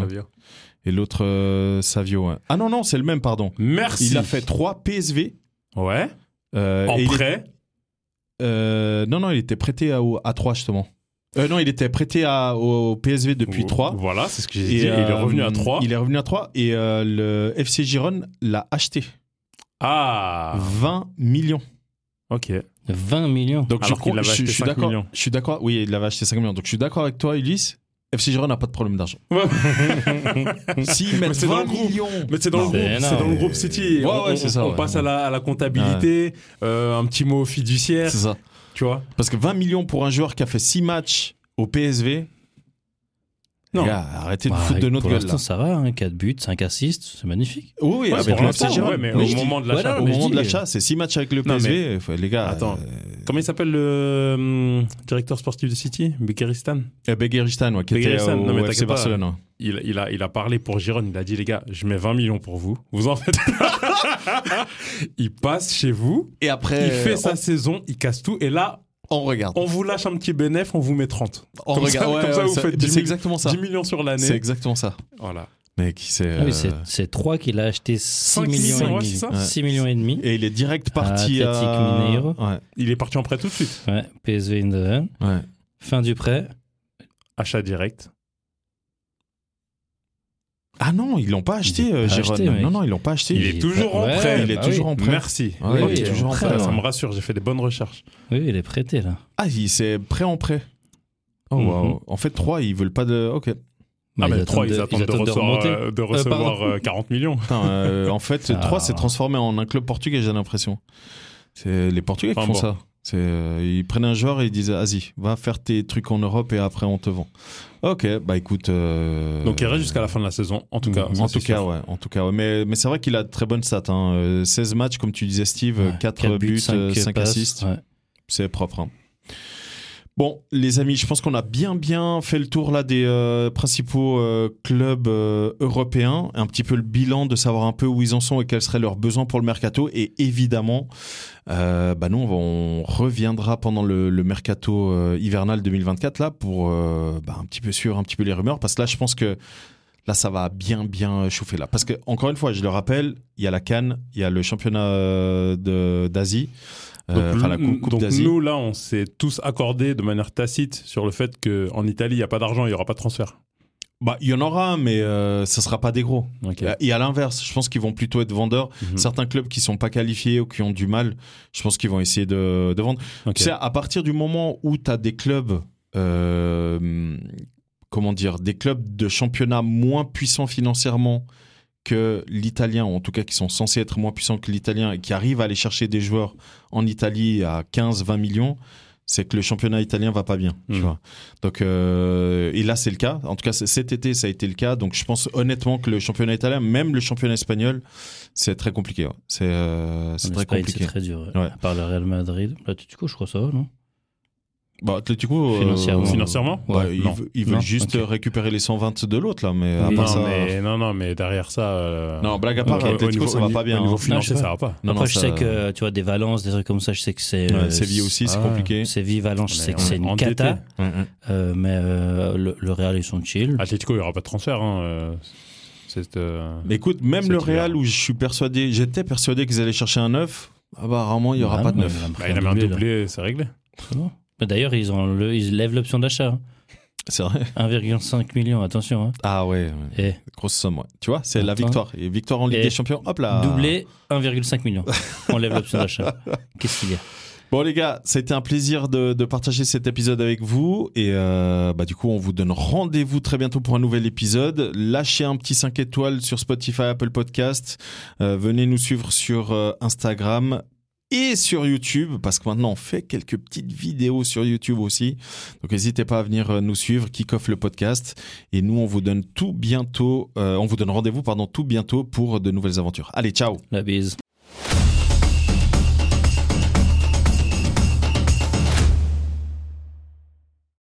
Savio. et l'autre euh, et l'autre euh, Savio. ouais. Ah non non c'est le même pardon. Merci. Il a fait 3 PSV. Ouais. euh, et en il est- prêt. euh, non non il était prêté à, au- à 3 justement. Euh, non il était prêté à, au PSV depuis 3. Voilà, c'est ce que j'ai dit. il est revenu à 3. euh, Il est revenu à 3 et euh, le FC Gironne l'a acheté. Ah 20 millions. Ok. 20 millions. Donc Alors je, qu'il crois- l'avait je- acheté je suis 5 d'accord. millions. Je suis d'accord. Oui, il l'avait acheté 5 millions. Donc je suis d'accord avec toi, Ulysse. FC Girona n'a pas de problème d'argent. S'ils mettent c'est dans 20 le groupe. millions. Mais c'est dans, le C'est groupe, c'est énorme. dans le groupe City. Ouais, on ouais, on- c'est ça, on ouais. passe à la, à la comptabilité, euh, un petit mot fiduciaire, C'est ça. tu vois. Parce que 20 millions pour un joueur qui a fait 6 matchs au PSV. Non. Les gars, arrêtez de Bah, foutre de notre pour gueule. l'instant, Là. ça va, 4 buts, 5 assists, c'est magnifique. Oui, oui, Ouais, avec pour le l'instant, FC Girona. ouais, mais Oui, au je dis- moment de l'achat. Voilà, au mais je moment dis- de l'achat, c'est 6 matchs avec le Non, PSV. faut- Les gars, euh, Attends. Comment il s'appelle le hum, directeur sportif de City Bukiristan euh, Begiristan, ouais, qui était Begiristan, au non, mais FC t'inquiète pas. Barcelone. ouais. il, il a, il a parlé pour Giron, il a dit les gars, je mets 20 millions pour vous, vous en faites pas. il passe chez vous, Et après, il fait sa on- saison, il casse tout, et là, On regarde. on vous lâche un petit bénéf, on vous met 30. On Comme ça- regarde. ouais, comme ça, ouais, vous ça- faites mais 10 C'est 000. exactement ça. 10 millions sur C'est l'année. exactement ça. Voilà. Mec, c'est. Ah euh, oui, c'est- c'est 3 qu'il a acheté 6 Cinq, six, millions ouais, et c'est demi. ça. 6 millions et demi. Et il est direct parti Athletic à. Mineiro. Ouais, Il est parti en prêt tout de suite. Ouais, PSV Eindhoven. ouais. Fin du prêt. Achat direct. Ah non, ils l'ont pas acheté, est euh, pas Giron. acheté, mec. bah non, non, ils l'ont pas acheté. Il est toujours en prêt, Ah il est toujours en prêt. Merci. Ouais, Oui, il est oui, toujours en après, prêt. ouais. Ça ouais. Bah, me rassure, j'ai fait des bonnes recherches. Oui, il est prêté là. Ah, il- c'est prêt en prêt. Oh, waouh. Mhm. En fait, 3, ils veulent pas de. Ok. ah, mais attendent 3, ils, attendent de, recevoir, remonter. euh, de recevoir, pardon. euh, 40 millions. Putain, euh, en fait, Ah. 3 s'est transformé en un club portugais, j'ai l'impression. C'est les Portugais qui Enfin, font bon. ça. C'est, euh, ils prennent un joueur et ils disent Vas-y, va faire tes trucs en Europe et après on te vend. Ok, bah écoute. euh, Mm. Donc, il reste jusqu'à la fin de la saison, en tout cas. ça, en c'est tout cas, sûr. ouais, en tout cas, ouais. Mais, mais c'est vrai qu'il a de très bonnes stats. hein. Euh, 16 matchs, comme tu disais, Steve, 4, Euh, buts, 5, assists. C'est propre. hein. Bon, les amis, je pense qu'on a bien bien fait le tour là des euh, principaux euh, clubs euh, européens, un petit peu le bilan de savoir un peu où ils en sont et quels seraient leurs besoins pour le mercato. Et évidemment, euh, bah nous on, va- on reviendra pendant le, le mercato euh, hivernal 2024 là pour euh, bah, un petit peu suivre un petit peu les rumeurs parce que là je pense que là ça va bien bien chauffer là parce que encore une fois, je le rappelle, il y a la Cannes, il y a le championnat euh, de- d'Asie, euh, Donc, enfin la Coupe, nous- coupe donc d'Asie. nous, là, on s'est tous accordés de manière tacite sur le fait qu'en Italie, il n'y a pas d'argent, il n'y aura pas de transfert. Bah, il y en aura, un, mais euh, ça sera pas des gros. Et à l'inverse, je pense qu'ils vont plutôt être vendeurs. Mhm. Certains clubs qui sont pas qualifiés ou qui ont du mal, je pense qu'ils vont essayer de, de vendre. Ok. Tu sais, à partir du moment où tu as des clubs, euh, comment dire, des clubs de championnat moins puissants financièrement que l'italien, ou en tout cas qui sont censés être moins puissants que l'italien et qui arrivent à aller chercher des joueurs en Italie à 15-20 millions, c'est que le championnat italien va pas bien. Tu Mhm. vois. Donc, euh, et là, c'est le cas. En tout cas, c- cet été, ça a été le cas. Donc, je pense honnêtement que le championnat italien, même le championnat espagnol, c'est très compliqué. ouais. C'est euh, c'est En très Espagne, compliqué. C'est très dur. Ouais. À part le Real Madrid. Là, tu je crois ça va, non Bah, Atletico, euh, Financièrement. Financièrement bah, Ouais, ils, non. ve- ils veulent Non, juste ok. euh, récupérer les 120 de l'autre, là, mais à Oui. part non, Ah, ça. mais, non, non, mais derrière ça. euh, Non, blague à part, euh, Atletico, au niveau- ça va au pas niveau- bien. Au niveau hein. financier, Non, je sais ça va pas. Non, Après, non, je ça- sais que euh, tu vois des Valence, des trucs comme ça, je sais que c'est. Ouais, euh, Séville aussi, c'est ah, compliqué. Séville, Valence, je sais On que est c'est une endetté. cata. euh, mais euh, le, le Real, ils sont Ah, chill. Atletico, il n'y aura pas de transfert. hein, euh, c'est, euh, Mais Écoute, même Cet le hiver. Real, où je suis persuadé, j'étais persuadé qu'ils allaient chercher un 9, ah bah, rarement, il n'y aura Bah pas de non, 9. a bah, pris il avait un doublé, doublé, c'est réglé. là. C'est bon. Mais D'ailleurs, ils, ont le- ils lèvent l'option d'achat. hein. C'est vrai. 1,5 million, attention. hein. Ah ouais, ouais. Eh, grosse somme, ouais. Tu vois, c'est la Attends. victoire. Et victoire en Ligue Et des Champions, hop là. Doublé 1,5 million. On lève l'option d'achat. Qu'est-ce qu'il y a Bon les gars, ça a été un plaisir de, de partager cet épisode avec vous et euh, bah du coup on vous donne rendez-vous très bientôt pour un nouvel épisode. Lâchez un petit 5 étoiles sur Spotify, Apple Podcast. Euh, venez nous suivre sur euh, Instagram et sur YouTube parce que maintenant on fait quelques petites vidéos sur YouTube aussi. Donc n'hésitez pas à venir euh, nous suivre, Kickoff le podcast et nous on vous donne tout bientôt, euh, on vous donne rendez-vous pardon tout bientôt pour de nouvelles aventures. Allez ciao. La bise.